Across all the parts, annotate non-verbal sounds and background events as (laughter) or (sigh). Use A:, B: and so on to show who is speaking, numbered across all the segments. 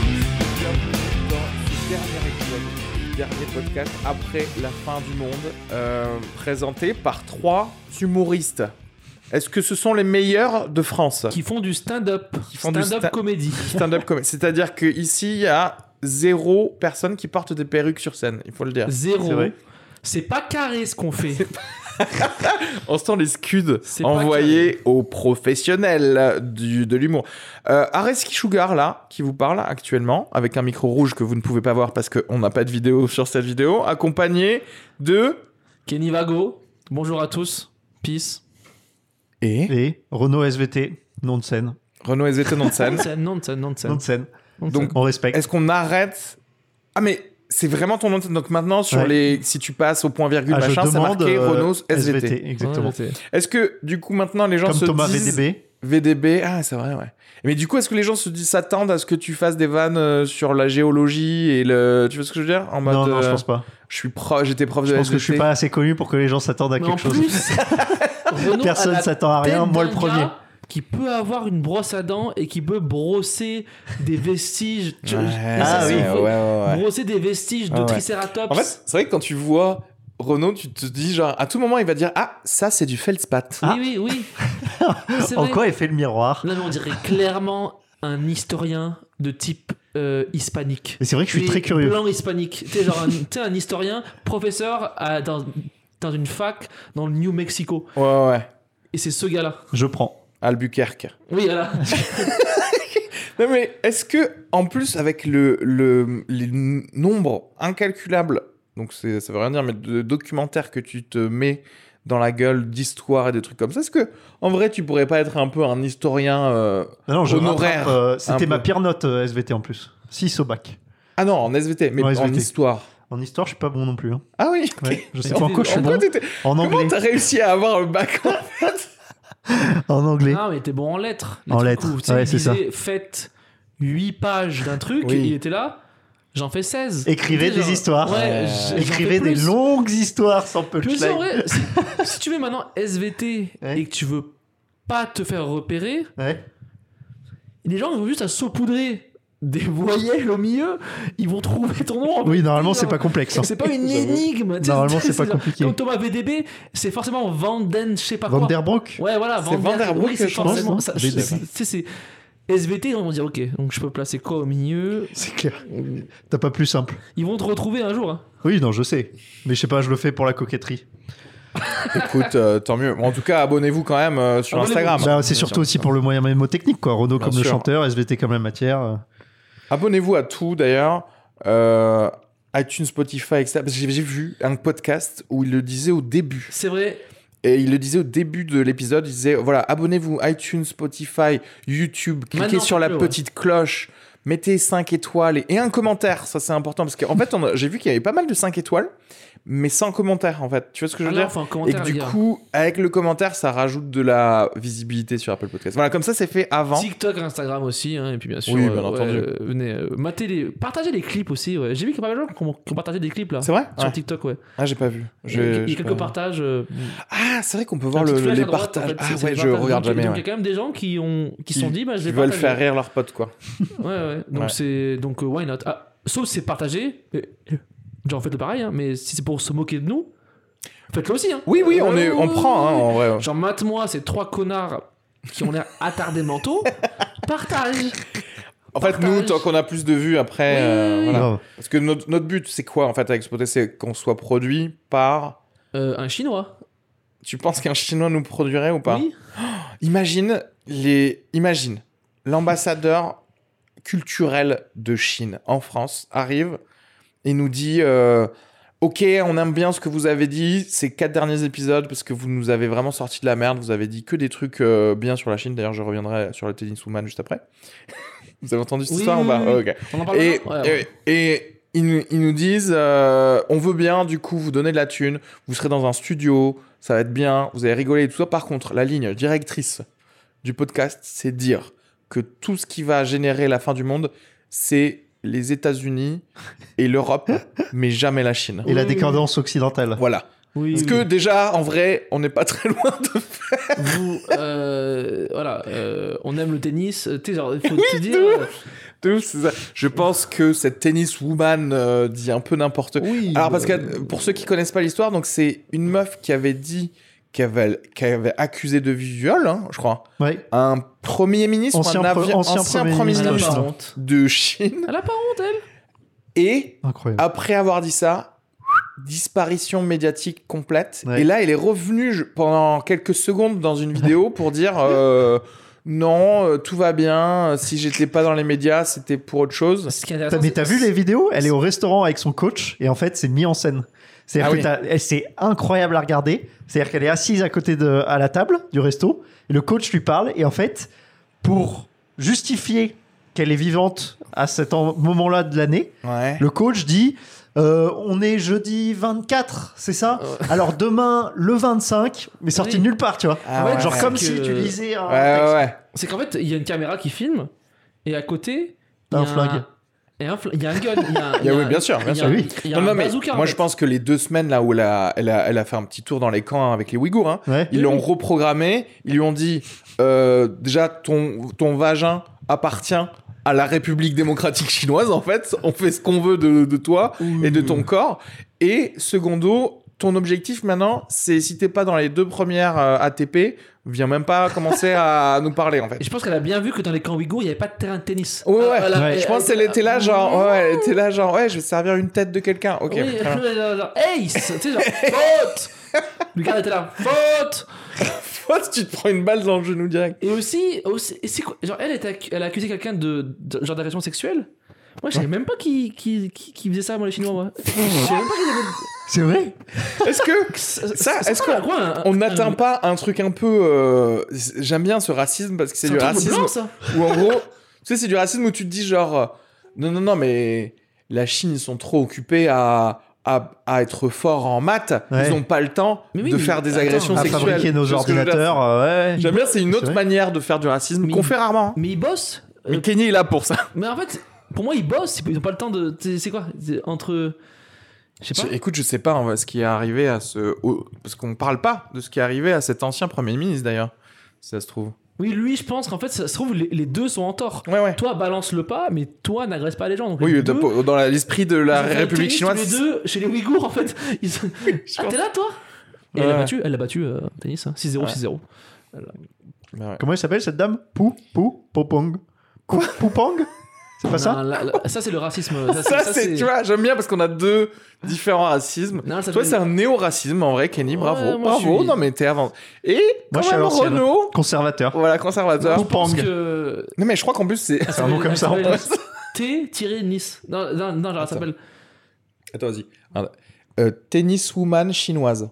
A: dans ce dernier épisode, dernier podcast après la fin du monde, euh, présenté par trois humoristes. Est-ce que ce sont les meilleurs de France
B: Qui font du stand-up.
A: Qui font du
B: Stand-up
A: sta-
B: comédie.
A: Stand-up comedy. C'est-à-dire qu'ici, il y a zéro personne qui porte des perruques sur scène, il faut le dire.
B: Zéro.
A: C'est vrai.
B: C'est pas carré ce qu'on fait.
A: On sent les scuds
B: C'est pas
A: envoyés aux professionnels du, de l'humour. Euh, Areski Sugar, là, qui vous parle actuellement, avec un micro rouge que vous ne pouvez pas voir parce qu'on n'a pas de vidéo sur cette vidéo, accompagné de...
B: Kenny Vago, bonjour à tous. Peace.
A: Et
C: Et Renault SVT, nom de scène.
A: Renaud SVT non de
C: (laughs)
A: scène.
B: Nonsense, nonsense,
C: Nom de
B: nonsense.
C: scène.
A: Donc-
C: On respecte.
A: Est-ce qu'on arrête Ah mais c'est vraiment ton nom. de scène. Donc maintenant sur
C: Ouais.
A: les si tu passes au point virgule
C: Ah, je
A: machin, c'est
C: demande,
A: marqué
C: euh,
A: Renault SVT.
C: Exactement.
B: Ouais,
A: Est-ce que du coup maintenant les gens
C: Comme
A: se
C: Thomas
A: disent
C: VDB.
A: VDB ah c'est vrai ouais. Mais du coup est-ce que les gens se disent s'attendent à ce que tu fasses des vannes euh, sur la géologie et le tu vois ce que je veux dire en mode
C: Non, non, je
A: euh,
C: pense pas.
A: je suis prof j'étais prof
C: Je
A: de
C: pense que je
A: SVT.
C: suis pas assez connu pour que les gens s'attendent à
B: Mais en
C: quelque chose.
A: (laughs)
B: plus, Renaud
C: Personne
B: à la
C: s'attend à rien,
B: tête
C: moi le
B: d'un
C: premier.
B: gars Qui peut avoir une brosse à dents et qui peut brosser des vestiges. tu-
A: Ouais,
B: Mais ça,
C: Ah
B: c'est
C: oui.
B: faux.
A: ouais, ouais, ouais.
B: Brosser des vestiges de
A: Ah ouais.
B: Triceratops.
A: En fait, c'est vrai que quand tu vois Renault, tu te dis genre à tout moment il va dire ah ça c'est du feldspath.
C: Ah.
B: Oui,
A: (laughs)
B: oui, oui. C'est
C: En
B: vrai.
C: quoi est fait le miroir
B: Là, mais on dirait clairement un historien de type euh, hispanique.
C: Et c'est vrai que je suis
B: Mais
C: très curieux.
B: Blanc hispanique. T'es genre un, t'es un historien, professeur à- dans, dans une fac dans le New Mexico.
A: Ouais ouais, ouais.
B: Et c'est ce gars-là.
C: Je prends.
A: Albuquerque.
B: Oui, voilà.
A: Non mais est-ce que en plus avec le, le les n- nombres incalculables, donc c'est ça veut rien dire, mais de documentaires que tu te mets dans la gueule d'histoires et de trucs comme ça, est-ce que en vrai tu pourrais pas être un peu un historien euh,
C: Ah Non, non, je
A: Honoraire,
C: rattrape, euh,
A: un
C: C'était
A: peu.
C: ma pire note euh, SVT en plus. 6 au bac.
A: Ah non en SVT, mais en,
C: En SVT.
A: histoire.
C: En histoire, je suis pas bon non plus. hein.
A: Ah oui.
C: Ouais, je sais
B: Mais
C: pas en
B: t'es-
C: quoi je suis
A: En quoi
C: bon.
A: t'étais-
C: En
A: Comment
C: anglais.
A: t'as réussi à avoir le bac en
C: En anglais.
B: non, Ah, mais t'es bon en lettres. Les
C: En
B: trucs
C: lettres,
B: où, tu sais,
C: ouais,
B: il
C: c'est ça.
B: disait, Faites 8 pages d'un truc.
A: Oui.
B: Et il était là. J'en fais 16.
C: Écrivez
B: T'es genre-
C: des histoires.
B: Ouais,
A: Euh,
B: j- Ah, j'en
C: Écrivez
B: fais
C: des
B: plus.
C: longues histoires sans
B: Mais c'est
C: punchline.
B: vrai, si, si tu mets maintenant SVT
C: Ouais.
B: et que tu veux pas te faire repérer,
C: Ouais.
B: les gens ils ont juste à saupoudrer des (laughs) voyelles au milieu, ils vont trouver ton nom. en
C: Oui, normalement, c'est
B: plusieurs.
C: pas complexe. hein.
A: (laughs)
B: C'est pas une
C: J'avoue.
B: énigme. tu sais,
C: Normalement, c'est pas
B: genre-
C: compliqué.
B: Comme Thomas VDB, c'est forcément Vanden, je sais pas quoi.
C: Vanderbroek.
B: Ouais, voilà,
A: C'est
B: Vander-
A: Vanderbroek,
B: oui, c'est
A: je pense,
B: forcément.
C: non
B: ça- je-
C: VDB.
B: c'est- Tu sais, c'est SVT, on va dire, ok, donc je peux placer quoi au milieu
C: (laughs) C'est clair. T'as pas plus simple.
B: Ils vont te retrouver un jour. hein.
C: Oui, non, je sais. Mais je sais pas, je le fais pour la coquetterie.
A: (laughs) Écoute, euh, tant mieux. En tout cas, abonnez-vous quand même euh, sur
B: Abonnez-vous.
A: Instagram.
C: Bah, c'est surtout aussi pour le moyen mnémotechnique, quoi. Renault
A: Bien
C: comme le
A: sûr.
C: chanteur, SVT comme la matière. euh.
A: Abonnez-vous à tout d'ailleurs. Euh, iTunes, Spotify, etc. Parce que j'ai j'ai vu un podcast où il le disait au début.
B: C'est vrai,
A: Et il le disait au début de l'épisode. Il disait voilà, abonnez-vous iTunes, Spotify, YouTube. Cliquez
B: Maintenant,
A: sur la
B: faites-le, ouais.
A: petite cloche. Mettez 5 étoiles et, et un commentaire. Ça, c'est important. Parce qu'en fait, on a- j'ai vu qu'il y avait pas mal de 5 étoiles, mais sans commentaire, en fait. Tu vois ce que je veux
B: Alors,
A: dire
B: enfin,
A: et
B: commentaire,
A: que du
B: les gars.
A: coup, avec le commentaire, ça rajoute de la visibilité sur Apple Podcast. Voilà, comme ça, c'est fait avant.
B: TikTok, Instagram aussi, hein, et puis bien sûr,
A: Oui, bien
B: ouais,
A: entendu.
B: euh, venez, euh, matez les... partagez les clips aussi. ouais. J'ai vu qu'il y a pas mal de gens qui ont, qui ont partagé des clips là.
A: C'est vrai
B: Sur
A: Ouais.
B: TikTok, ouais.
A: Ah, j'ai pas vu. Je-
B: il y a- il y
A: je
B: a quelques
A: peux-
B: partages. euh,
A: Ah, c'est vrai qu'on peut
B: un
A: voir
B: petit
A: le-
B: flash
A: les
B: à droite, en
A: partages.
B: fait,
A: ah
B: c'est- c'est
A: ouais,
B: des
A: je
B: partages.
A: regarde
B: Donc,
A: jamais.
B: Donc il y
A: ouais.
B: a quand même des gens qui ont, qui se sont dit, bah, je
A: Ils
B: vais
A: veulent
B: partager.
A: faire rire leurs potes, quoi.
B: Ouais, ouais. Donc
A: Ouais.
B: c'est donc euh, why not Ah, Sauf si c'est partagé. euh, euh, Genre faites le pareil, hein, mais si c'est pour se moquer de nous, faites-le aussi. Hein.
A: Oui, oui, on,
B: Ouais,
A: est,
B: ouais,
A: on
B: ouais,
A: prend, hein,
B: ouais.
A: en vrai.
B: Genre mate-moi ces trois connards qui
A: (laughs)
B: ont l'air attardés mentaux. Partage.
A: En fait, nous,
B: partage.
A: tant qu'on a plus de vues après,
B: Oui,
A: euh,
B: oui, oui.
A: voilà.
C: Grave.
A: Parce que notre, notre but, c'est quoi, en fait, avec ce podcast C'est qu'on soit produit par...
B: Euh, un chinois.
A: Tu penses qu'un Chinois nous produirait ou pas
B: Oui.
A: Imagine les... Imagine, l'ambassadeur culturel de Chine en France arrive et nous dit... euh, Ok, on aime bien ce que vous avez dit, ces quatre derniers épisodes, parce que vous nous avez vraiment sorti de la merde, vous avez dit que des trucs euh, bien sur la Chine, d'ailleurs je reviendrai sur le tennis woman juste après. (laughs) vous avez entendu cette
B: Oui,
A: histoire ou
B: oui,
A: pas
B: oui.
A: Oh, ok.
B: On en parle
A: Et,
B: maintenant Ouais, ouais.
A: et, et ils, nous, ils nous disent euh, on veut bien, du coup, vous donner de la thune, vous serez dans un studio, ça va être bien, vous allez rigoler et tout ça. Par contre, la ligne directrice du podcast, c'est dire que tout ce qui va générer la fin du monde, c'est les
B: (laughs)
A: États-Unis et l'Europe, mais jamais la Chine.
C: Et la décadence occidentale.
A: Voilà.
B: Oui,
A: Parce
B: oui.
A: que déjà, en vrai, on n'est pas (laughs) très loin de.
B: vous, euh, voilà, euh, on aime le tennis. euh, Tu sais, genre, il faut te dire. euh,
A: de de ouf, c'est ça. Je pense que cette tennis woman euh, dit un peu n'importe
B: oui.
A: Alors parce que
B: euh,
A: pour ceux qui connaissent pas l'histoire, donc c'est une meuf qui avait dit qu'elle avait, qu'elle avait accusé de viol, hein, je crois,
C: Ouais.
A: un premier ministre,
C: Ancien
A: un
C: pre-
A: avi-
C: ancien premier
B: elle a
C: ministre,
B: pas
C: Chine.
B: honte.
A: de Chine.
B: Elle a pas honte, elle.
A: Et
C: Incroyable.
A: après avoir dit ça, disparition médiatique complète.
C: Ouais.
A: Et là, elle est revenue je- pendant quelques secondes dans une vidéo pour dire euh, non, euh, tout va bien. Si j'étais pas dans les médias, c'était pour autre chose.
B: Ce qui est
C: T'as-
B: intéressant,
C: mais t'as
B: Ah, c'est-
C: vu les vidéos Elle est au restaurant avec son coach et en fait c'est mis en scène. C'est
A: Ah oui.
C: c'est incroyable à regarder. C'est-à-dire qu'elle est assise à côté de à la table du resto et le coach lui parle et en fait pour justifier qu'elle est vivante à cet en- moment-là de l'année,
A: Ouais.
C: le coach dit euh, on est jeudi 24, c'est ça
B: Euh.
C: Alors demain le 25, mais sorti
B: Oui.
C: de nulle part, tu vois.
A: Ah
B: ouais,
C: Genre
B: ouais.
C: comme
B: Que-
C: si tu lisais un
A: Ouais, ouais,
C: texte.
A: ouais.
B: C'est qu'en fait, il y a une caméra qui filme, et à côté, il y a
C: Un flingue.
B: et un fl- Il y a un gun. Il y a,
A: (laughs) Il y a- oui, bien sûr, bien
B: il y a-
A: sûr,
C: oui.
B: Il y a
A: Non,
B: un
A: non, mais
B: bazooka. en
A: moi
B: fait.
A: je pense que les deux semaines là où elle a, elle a, elle a fait un petit tour dans les camps avec les Ouïghours, hein,
C: Ouais.
A: ils l'ont reprogrammé, ils lui ont dit euh, déjà ton, ton vagin appartient à la République démocratique chinoise en fait, on fait ce qu'on veut de, de toi et de ton corps. Et secondo, ton objectif maintenant c'est si t'es pas dans les deux premières euh, ATP, viens même pas commencer à (laughs) nous parler en fait.
B: Et je pense qu'elle a bien vu que dans les camps Ouïghours, il n'y avait pas de terrain de tennis.
A: Ouais, ouais.
B: Ah, voilà.
C: Ouais.
B: Et-
A: Je pense qu'elle était
B: Euh,
A: là genre ouais, elle était là genre ouais je vais servir une tête de quelqu'un. Ok.
B: oui,
A: très bien. (laughs)
B: genre, genre, Ace Tu sais, genre, faute Le gars était là, faute
A: Toi tu te prends une balle dans le genou direct.
B: Et aussi, aussi et c'est quoi Genre, elle, était accu- elle a accusé quelqu'un de, de- genre d'agression sexuelle Moi, je savais même pas qui, qui, qui, qui faisait ça, moi, les Chinois, moi. Je savais même pas qu'ils avaient-
C: C'est vrai
A: Est-ce que
B: Ça,
A: Ça,
B: ça
A: est-ce
B: ressemble
A: qu'on-
B: à quoi, un-
A: on
B: un-
A: n'atteint
B: un-
A: pas un truc un peu euh, c'est- j'aime bien ce racisme parce que c'est
B: un
A: du
B: truc de
A: racisme
B: blanc, ça
A: où en gros tu sais c'est du racisme où tu te dis genre euh, non non non mais la Chine ils sont trop occupés à à, à être forts en maths
C: Ouais.
A: ils ont pas le temps
B: Mais oui,
A: de
B: mais
A: faire des
B: attends,
A: agressions
C: À
A: sexuelles
C: fabriquer
A: Tu
C: nos
A: vois ce que je veux dire
C: ordinateurs, euh, ouais.
A: j'aime bien c'est une
C: C'est
A: autre
C: vrai.
A: manière de faire du racisme
B: Mais
A: qu'on
B: il-
A: fait rarement hein.
B: Mais ils bossent euh,
A: mais Kenny est là pour ça
B: Mais en fait, pour moi, ils bossent, ils- ils ont pas le temps de. c'est- C'est quoi C'est Entre. Je sais pas.
A: Je- écoute je sais pas hein, ce qui est arrivé à ce au- parce qu'on parle pas de ce qui est arrivé à cet ancien premier ministre d'ailleurs si ça se trouve
B: Oui, lui, je pense qu'en fait, ça se trouve, les, les deux sont en tort.
A: ouais ouais
B: Toi, balance le pas, mais toi, n'agresse pas les gens. Donc,
A: oui,
B: les
A: de-
B: deux,
A: dans la- l'esprit de la
B: ils ont fait le
A: République
B: tennis,
A: chinoise.
B: tous Les deux, chez les Ouïghours, en fait. (laughs) Ils... sont- Ah,
A: pense.
B: t'es là, toi Et elle l'a
A: Ouais.
B: battu, elle l'a battu euh, au tennis, hein. 6-0,
A: Ouais.
B: 6-0.
A: Mais ouais.
C: Comment elle s'appelle cette dame Pou, Pou, Popong. Quoi Poupong C'est pas ça
B: Non, là, là, Ça, c'est
A: (laughs)
B: le racisme. Ça, c'est-
A: Ça,
B: ça,
A: c'est, tu vois, j'aime bien parce qu'on a deux différents racismes.
B: Non, ça
A: Toi,
B: fait-
A: c'est un néo-racisme en vrai, Kenny.
B: Ouais,
A: Bravo,
B: moi, je
A: bravo.
B: suis-
A: Non, mais t'es avant. Et
C: Moi, je
A: quand
C: suis à
A: même,
C: l'ancienne.
A: Renault,
C: Conservateur.
A: voilà, conservateur.
B: Je pense
C: Pang.
B: que.
A: Non, mais je crois qu'en plus, c'est. (laughs)
B: Ah,
C: C'est un mot comme ça, en plus.
B: T-Nice. Non, non, non, genre, ça
A: Attends.
B: s'appelle.
A: Attends, vas-y. Regarde. Euh, tenniswoman chinoise.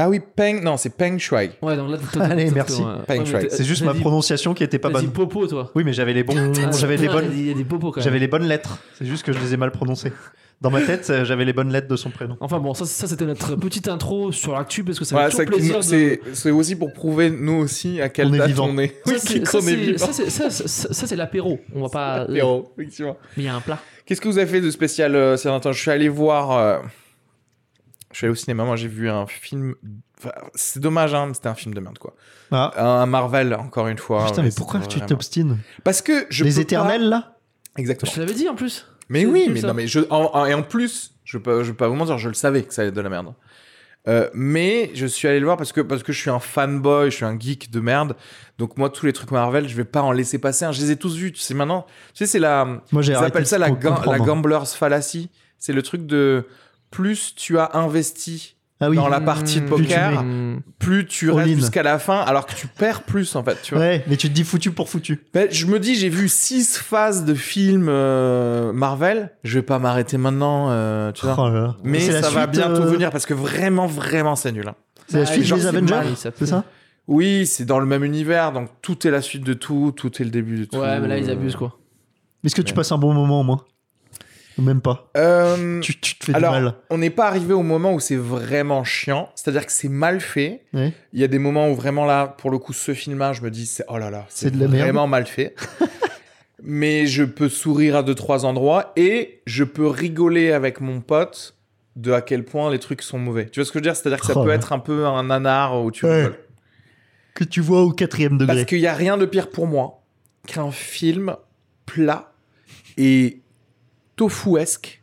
A: Ah oui, Peng. Non, c'est Peng Shuai.
B: Ouais, donc là, t'es- t'es-
C: (laughs) Allez,
B: t'es-
C: merci.
B: t'es- euh, ouais,
A: Pas une
B: mais
A: choix.
B: t'es-
C: C'est juste ma
B: t'as dit-
C: prononciation qui était pas
B: T'as dit
C: bonne.
B: popo, toi. Ah,
C: Oui, mais j'avais les bons, j'avais les bonnes,
B: Il y a des popos quand même.
C: j'avais les bonnes lettres. C'est juste que je les ai mal prononcées. Dans ma tête, euh, j'avais les bonnes lettres de son prénom.
B: Enfin bon, ça, ça c'était notre petite intro sur l'actu parce que ça
A: Voilà,
B: fait
A: ça-
B: toujours plaisir. de-
A: c'est, c'est aussi pour prouver, nous aussi, à quelle
C: On est
A: date
C: vivant.
A: on est.
B: Ça,
A: Oui,
B: c'est-
A: qu'on
B: ça,
A: est
B: c'est-
A: vivant.
B: ça, c'est- ça, ça, ça, c'est l'apéro. On va pas.
A: Mais oh, effectivement.
B: Mais il y a un plat.
A: Qu'est-ce que vous avez fait de spécial, euh, Saint-Martin Je suis allé voir. euh, Je suis allé au cinéma, moi j'ai vu un film. enfin, c'est dommage, hein, mais c'était un film de merde, quoi.
C: Ah.
A: Un Marvel, encore une fois.
C: Putain,
A: ouais,
C: mais pourquoi
A: c'était
C: tu
A: vraiment-
C: t'obstines
A: Parce que je. peux
C: Les
A: pas-
C: éternels, là
B: Je
A: Exactement.
B: te l'avais dit en plus.
A: Mais
B: C'est
A: oui,
B: nul,
A: mais
B: ça.
A: non, mais je. en- en- et en plus, je peux, je peux pas vous mentir, je le savais que ça allait être de la merde. Euh, mais je suis allé le voir parce que, parce que je suis un fanboy, je suis un geek de merde. Donc moi, tous les trucs Marvel, je vais pas en laisser passer. un. Je les ai tous vus. Tu sais maintenant, tu sais, c'est la,
C: Moi, j'ai
A: Ils
C: arrêté
A: appellent ça
C: de
A: la, ga-
C: comprendre.
A: la gambler's fallacy. C'est le truc de plus tu as investi
C: Ah oui.
A: dans la partie de
B: Mmh.
A: poker,
C: Plus
B: Mmh.
A: plus tu
C: All
A: restes
C: in.
A: jusqu'à la fin, alors que tu perds plus en fait. Tu vois.
C: Ouais, mais tu te dis foutu pour foutu.
A: Ben, je me dis, j'ai vu six phases de films euh, Marvel. Je vais pas m'arrêter maintenant, euh, tu vois.
C: Oh là là.
A: Mais
C: C'est la
A: ça va
C: suite,
A: bientôt
C: euh,
A: venir parce que vraiment, vraiment, c'est nul. hein.
C: C'est la
B: Ah,
C: suite
B: genre,
C: des
B: c'est
C: Avengers,
B: mal,
C: c'est ça
A: Oui, c'est dans le même univers, donc tout est la suite de tout, tout est le début de tout.
B: Ouais, mais là ils abusent quoi.
C: Est-ce que tu passes un bon moment au moins Même pas.
A: Euh,
C: Tu, tu te fais
A: Alors,
C: du mal.
A: on n'est pas arrivé au moment où c'est vraiment chiant. C'est-à-dire que c'est mal fait.
C: Ouais.
A: Il y a des moments où vraiment là, pour le coup, ce film-là, je me dis, c'est- oh là là,
C: C'est
A: c'est
C: de la merde.
A: vraiment mal
C: (laughs)
A: fait. Mais je peux sourire à deux trois endroits et je peux rigoler avec mon pote de à quel point les trucs sont mauvais. Tu vois ce que je veux dire C'est-à-dire que ça
C: Oh
A: peut
C: là.
A: être un peu un nanar où tu
C: Ouais.
A: rigoles.
C: Que tu vois au quatrième degré.
A: Parce qu'il n'y a rien de pire pour moi qu'un film plat et tofuesque.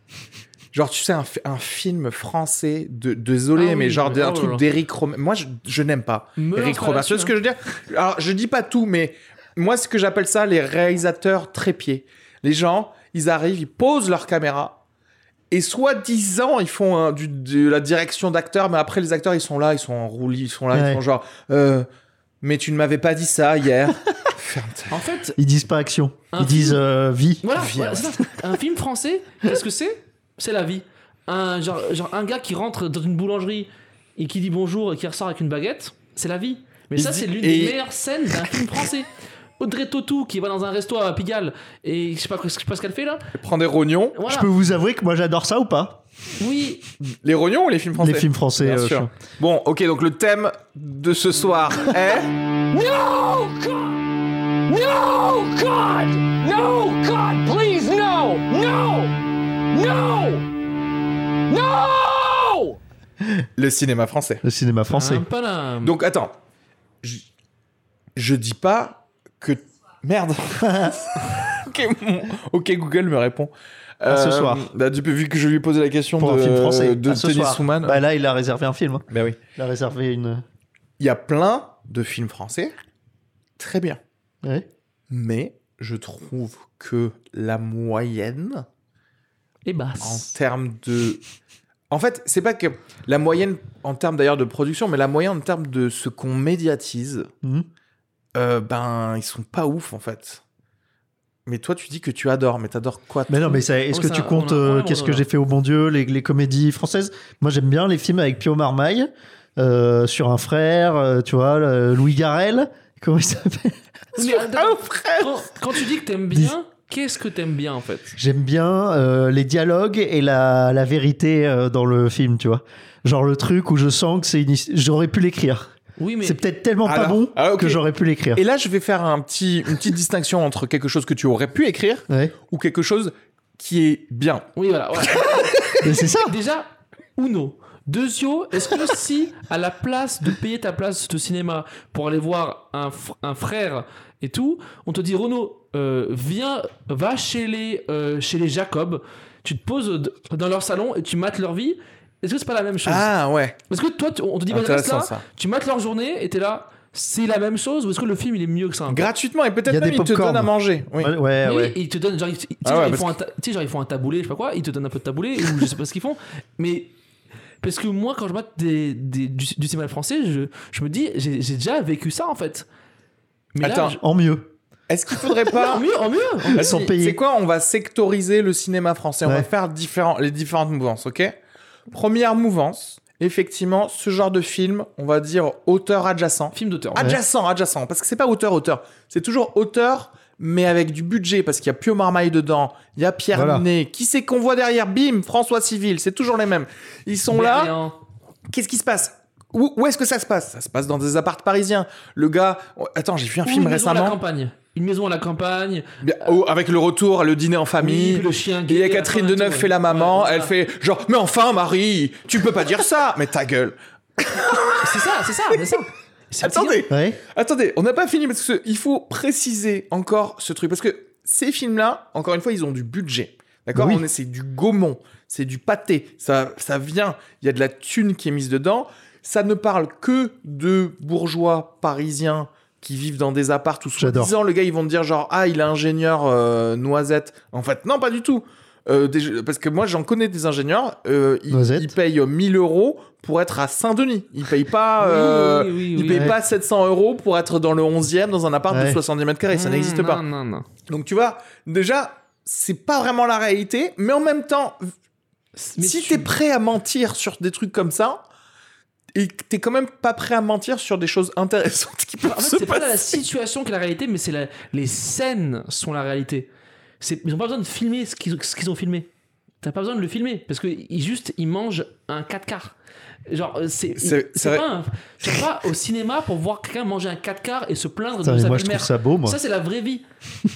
A: Genre, tu sais, un, fi- un film français de, désolé,
B: Ah oui,
A: mais genre
B: mais
A: d'un
B: oh là
A: truc
B: là.
A: d'Eric Romer. Moi, je, je n'aime pas
B: Me lance
A: Eric
B: pas
A: Romer.
B: là-dessus,
A: C'est ce que je veux dire. Alors, je dis pas tout, mais moi, ce que j'appelle ça, les réalisateurs trépieds. Les gens, ils arrivent, ils posent leur caméra. Et soi-disant, ils font hein, du- de la direction d'acteur, mais après, les acteurs, ils sont là, ils sont en roulis, ils sont là,
C: Ouais.
A: ils sont genre, Euh, mais tu ne m'avais pas dit ça
C: (laughs)
A: hier. Ferme ta-
B: En fait,
C: Ils disent pas action.
B: Un
C: Ils
B: film-
C: disent euh, vie.
B: Voilà,
A: Vie,
B: voilà,
A: ouais.
B: c'est ça. un film français, qu'est-ce que c'est C'est la vie. Un, genre, genre un gars qui rentre dans une boulangerie et qui dit bonjour et qui ressort avec une baguette, c'est la vie. Mais
A: Il
B: ça,
A: dit-
B: c'est l'une
A: et-
B: des meilleures scènes d'un film français. Audrey Tautou qui va dans un resto à Pigalle et je sais pas, je sais pas ce qu'elle fait là.
A: Prends des rognons.
B: Voilà.
C: Je peux vous avouer que moi j'adore ça ou pas
B: Oui,
A: Les rognons ou les films français
C: Les films français.
A: Bien
C: euh,
A: sûr. Bon, ok, donc le thème de ce soir
C: (laughs)
A: est.
D: No, God! No, God! No, God, please, no! No! No! No!
A: Le cinéma français.
C: Le cinéma français.
B: Un
A: Hein.
B: palin.
A: Donc attends, je, je dis pas que merde. (laughs) ok, mon- ok, Google me répond.
C: À ce soir.
A: bah, depuis vu que je lui ai posé la question
C: Pour
A: de,
C: un film français.
A: Euh, de
C: à ce
A: Denis
C: soir.
A: Schumann.
C: Bah là, il a réservé un film.
A: Ben oui.
C: Il a réservé une.
A: Il y a plein de films français très bien,
C: Ouais.
A: mais je trouve que la moyenne
B: Et
A: en
B: basse.
A: termes de. En fait, c'est pas que la moyenne en termes d'ailleurs de production, mais la moyenne en termes de ce qu'on médiatise,
C: Mhm.
A: euh, ben ils sont pas ouf en fait. Mais toi, tu dis que tu adores, mais t'adores quoi
C: Mais non, mais ça- est-ce
B: Oh,
C: que
B: ça,
C: tu
B: on a
C: comptes
B: un
C: euh,
B: problème,
C: Qu'est-ce
B: on
C: que
B: a-
C: j'ai fait au bon Dieu les, les comédies françaises Moi, j'aime bien les films avec Pio Marmaille, euh, sur un frère, euh, tu vois, le- Louis Garrel. Comment il (laughs) s'appelle
B: Mais
A: Ah
B: attends, quand, quand tu dis que t'aimes bien, qu'est-ce que t'aimes bien en fait
C: J'aime bien euh, les dialogues et la, la vérité euh, dans le film, tu vois. Genre le truc où je sens que c'est une. his- J'aurais pu l'écrire.
B: Oui, mais
C: C'est peut-être tellement
A: Ah
C: pas
A: là.
C: bon
A: Ah, ok.
C: que j'aurais pu l'écrire.
A: Et là, je vais faire un petit, une petite distinction entre quelque chose que tu aurais pu écrire
C: Ouais.
A: ou quelque chose qui est bien.
B: oui voilà. voilà.
C: Mais c'est ça.
B: Déjà, Uno. Deuxio, est-ce que si, à la place de payer ta place de cinéma pour aller voir un, fr- un frère et tout, on te dit Renaud, euh, viens, va chez les, euh, chez les Jacob, tu te poses d- dans leur salon et tu mates leur vie, est-ce que c'est pas la même chose
A: Ah ouais,
B: Est-ce que toi, tu- on te dit, bah, reste
A: intéressant
B: là,
A: ça.
B: tu mates leur journée et t'es là, c'est la même chose ou est-ce que le film il est mieux que ça encore
A: Gratuitement et
C: Il y
A: peut-être
C: a
A: même
C: des
A: ils te
C: pop-corn.
A: donnent à manger. Oui.
C: Ouais, ouais.
B: Mais
C: ouais.
B: (laughs) oui, ils te donnent genre, ils- tu sais,
A: Eh Ah
B: genre,
A: ouais,
B: ils
A: parce
B: font un ta- tu sais, genre, ils font un taboulé, je sais pas quoi, ils te donnent un peu de taboulé ou je sais pas ce qu'ils font. Mais parce que moi, quand je mate des, des- du, du cinéma français, je, je me dis, j'ai j'ai déjà vécu ça en fait. Mais
A: Attends.
B: là, je-
C: En mieux.
A: Est-ce qu'il faudrait
C: (laughs)
A: pas
B: en mieux, en mieux.
C: Elles sont
A: Vas-y,
C: payées.
A: C'est quoi On va sectoriser le cinéma français. On
C: Ouais.
A: va faire différents, les différentes mouvances, ok Première mouvance, effectivement, ce genre de film, on va dire auteur adjacent.
B: Film d'auteur.
A: Adjacent, adjacent, parce que c'est pas auteur-auteur. C'est toujours auteur, mais avec du budget, parce qu'il y a Pio Marmaille dedans, il y a Pierre
C: Voilà.
A: Ninet. Qui c'est qu'on voit derrière Bim, François Civil, c'est toujours les mêmes. Ils sont là.
B: Mais rien.
A: Qu'est-ce qui se passe où, où est-ce que ça se passe Ça se passe dans des appartes parisiens. Le gars, oh, attends, j'ai vu un
B: Ou
A: film
B: une maison à la
A: récemment
B: campagne. Une maison à la campagne.
A: Bien, oh, avec le retour, le dîner en
B: oui,
A: famille,
B: puis le chien.
A: et il y
B: gay,
A: a
B: la
A: Catherine
B: femme et
A: Deneuve
B: tout,
A: fait la
B: ouais.
A: maman,
B: Ouais,
A: elle
B: voilà.
A: fait genre mais enfin Marie, tu peux pas dire ça, mais ta gueule.
B: C'est ça, c'est ça, c'est ça. C'est fatigant.
A: Attendez,
C: Ouais.
A: attendez, on n'a pas fini parce que il faut préciser encore ce truc parce que ces films-là, encore une fois, ils ont du budget,
B: Bah
A: d'accord
C: Oui.
A: On est- c'est du Gaumont, c'est du pâté, ça, ça vient, il y a de la thune qui est mise dedans. Ça ne parle que de bourgeois parisiens qui vivent dans des apparts ou
C: J'adore.
A: soi-disant le gars ils vont te dire genre ah il est ingénieur euh, noisette en fait non pas du tout Euh, des- parce que moi j'en connais des ingénieurs euh, ils,
C: Noisette.
A: ils payent euh, 1000 euros pour être à Saint-Denis ils payent pas euh,
B: Oui, oui, oui,
A: ils
B: oui.
A: payent
C: Ouais.
A: pas 700 euros pour être dans le 11e dans un appart
C: Ouais.
A: de 70 mètres carrés ça n'existe
B: Mmh, Non,
A: pas
B: Non, non.
A: donc tu vois déjà c'est pas vraiment la réalité mais en même temps
B: Mais
A: si
B: tu-
A: t'es prêt à mentir sur des trucs comme ça et que t'es quand même pas prêt à mentir sur des choses intéressantes qui peuvent (laughs)
B: En
A: se
B: fait, c'est pas
A: passer.
B: la situation qui est la réalité, mais c'est la- les scènes sont la réalité. C'est- Ils ont pas besoin de filmer ce qu'ils ce qu'ils ont filmé. T'as pas besoin de le filmer parce que il- juste il mange un 4 quarts. Genre euh, c'est
A: C'est-
B: c'est
A: c'est vrai.
B: pas un- tu vas pas au cinéma pour voir quelqu'un manger un 4 quarts et se plaindre
C: Putain,
B: de
C: mais
B: sa
C: moi, je
B: belle-mère.
C: trouve ça beau, moi.
B: Ça c'est la vraie vie.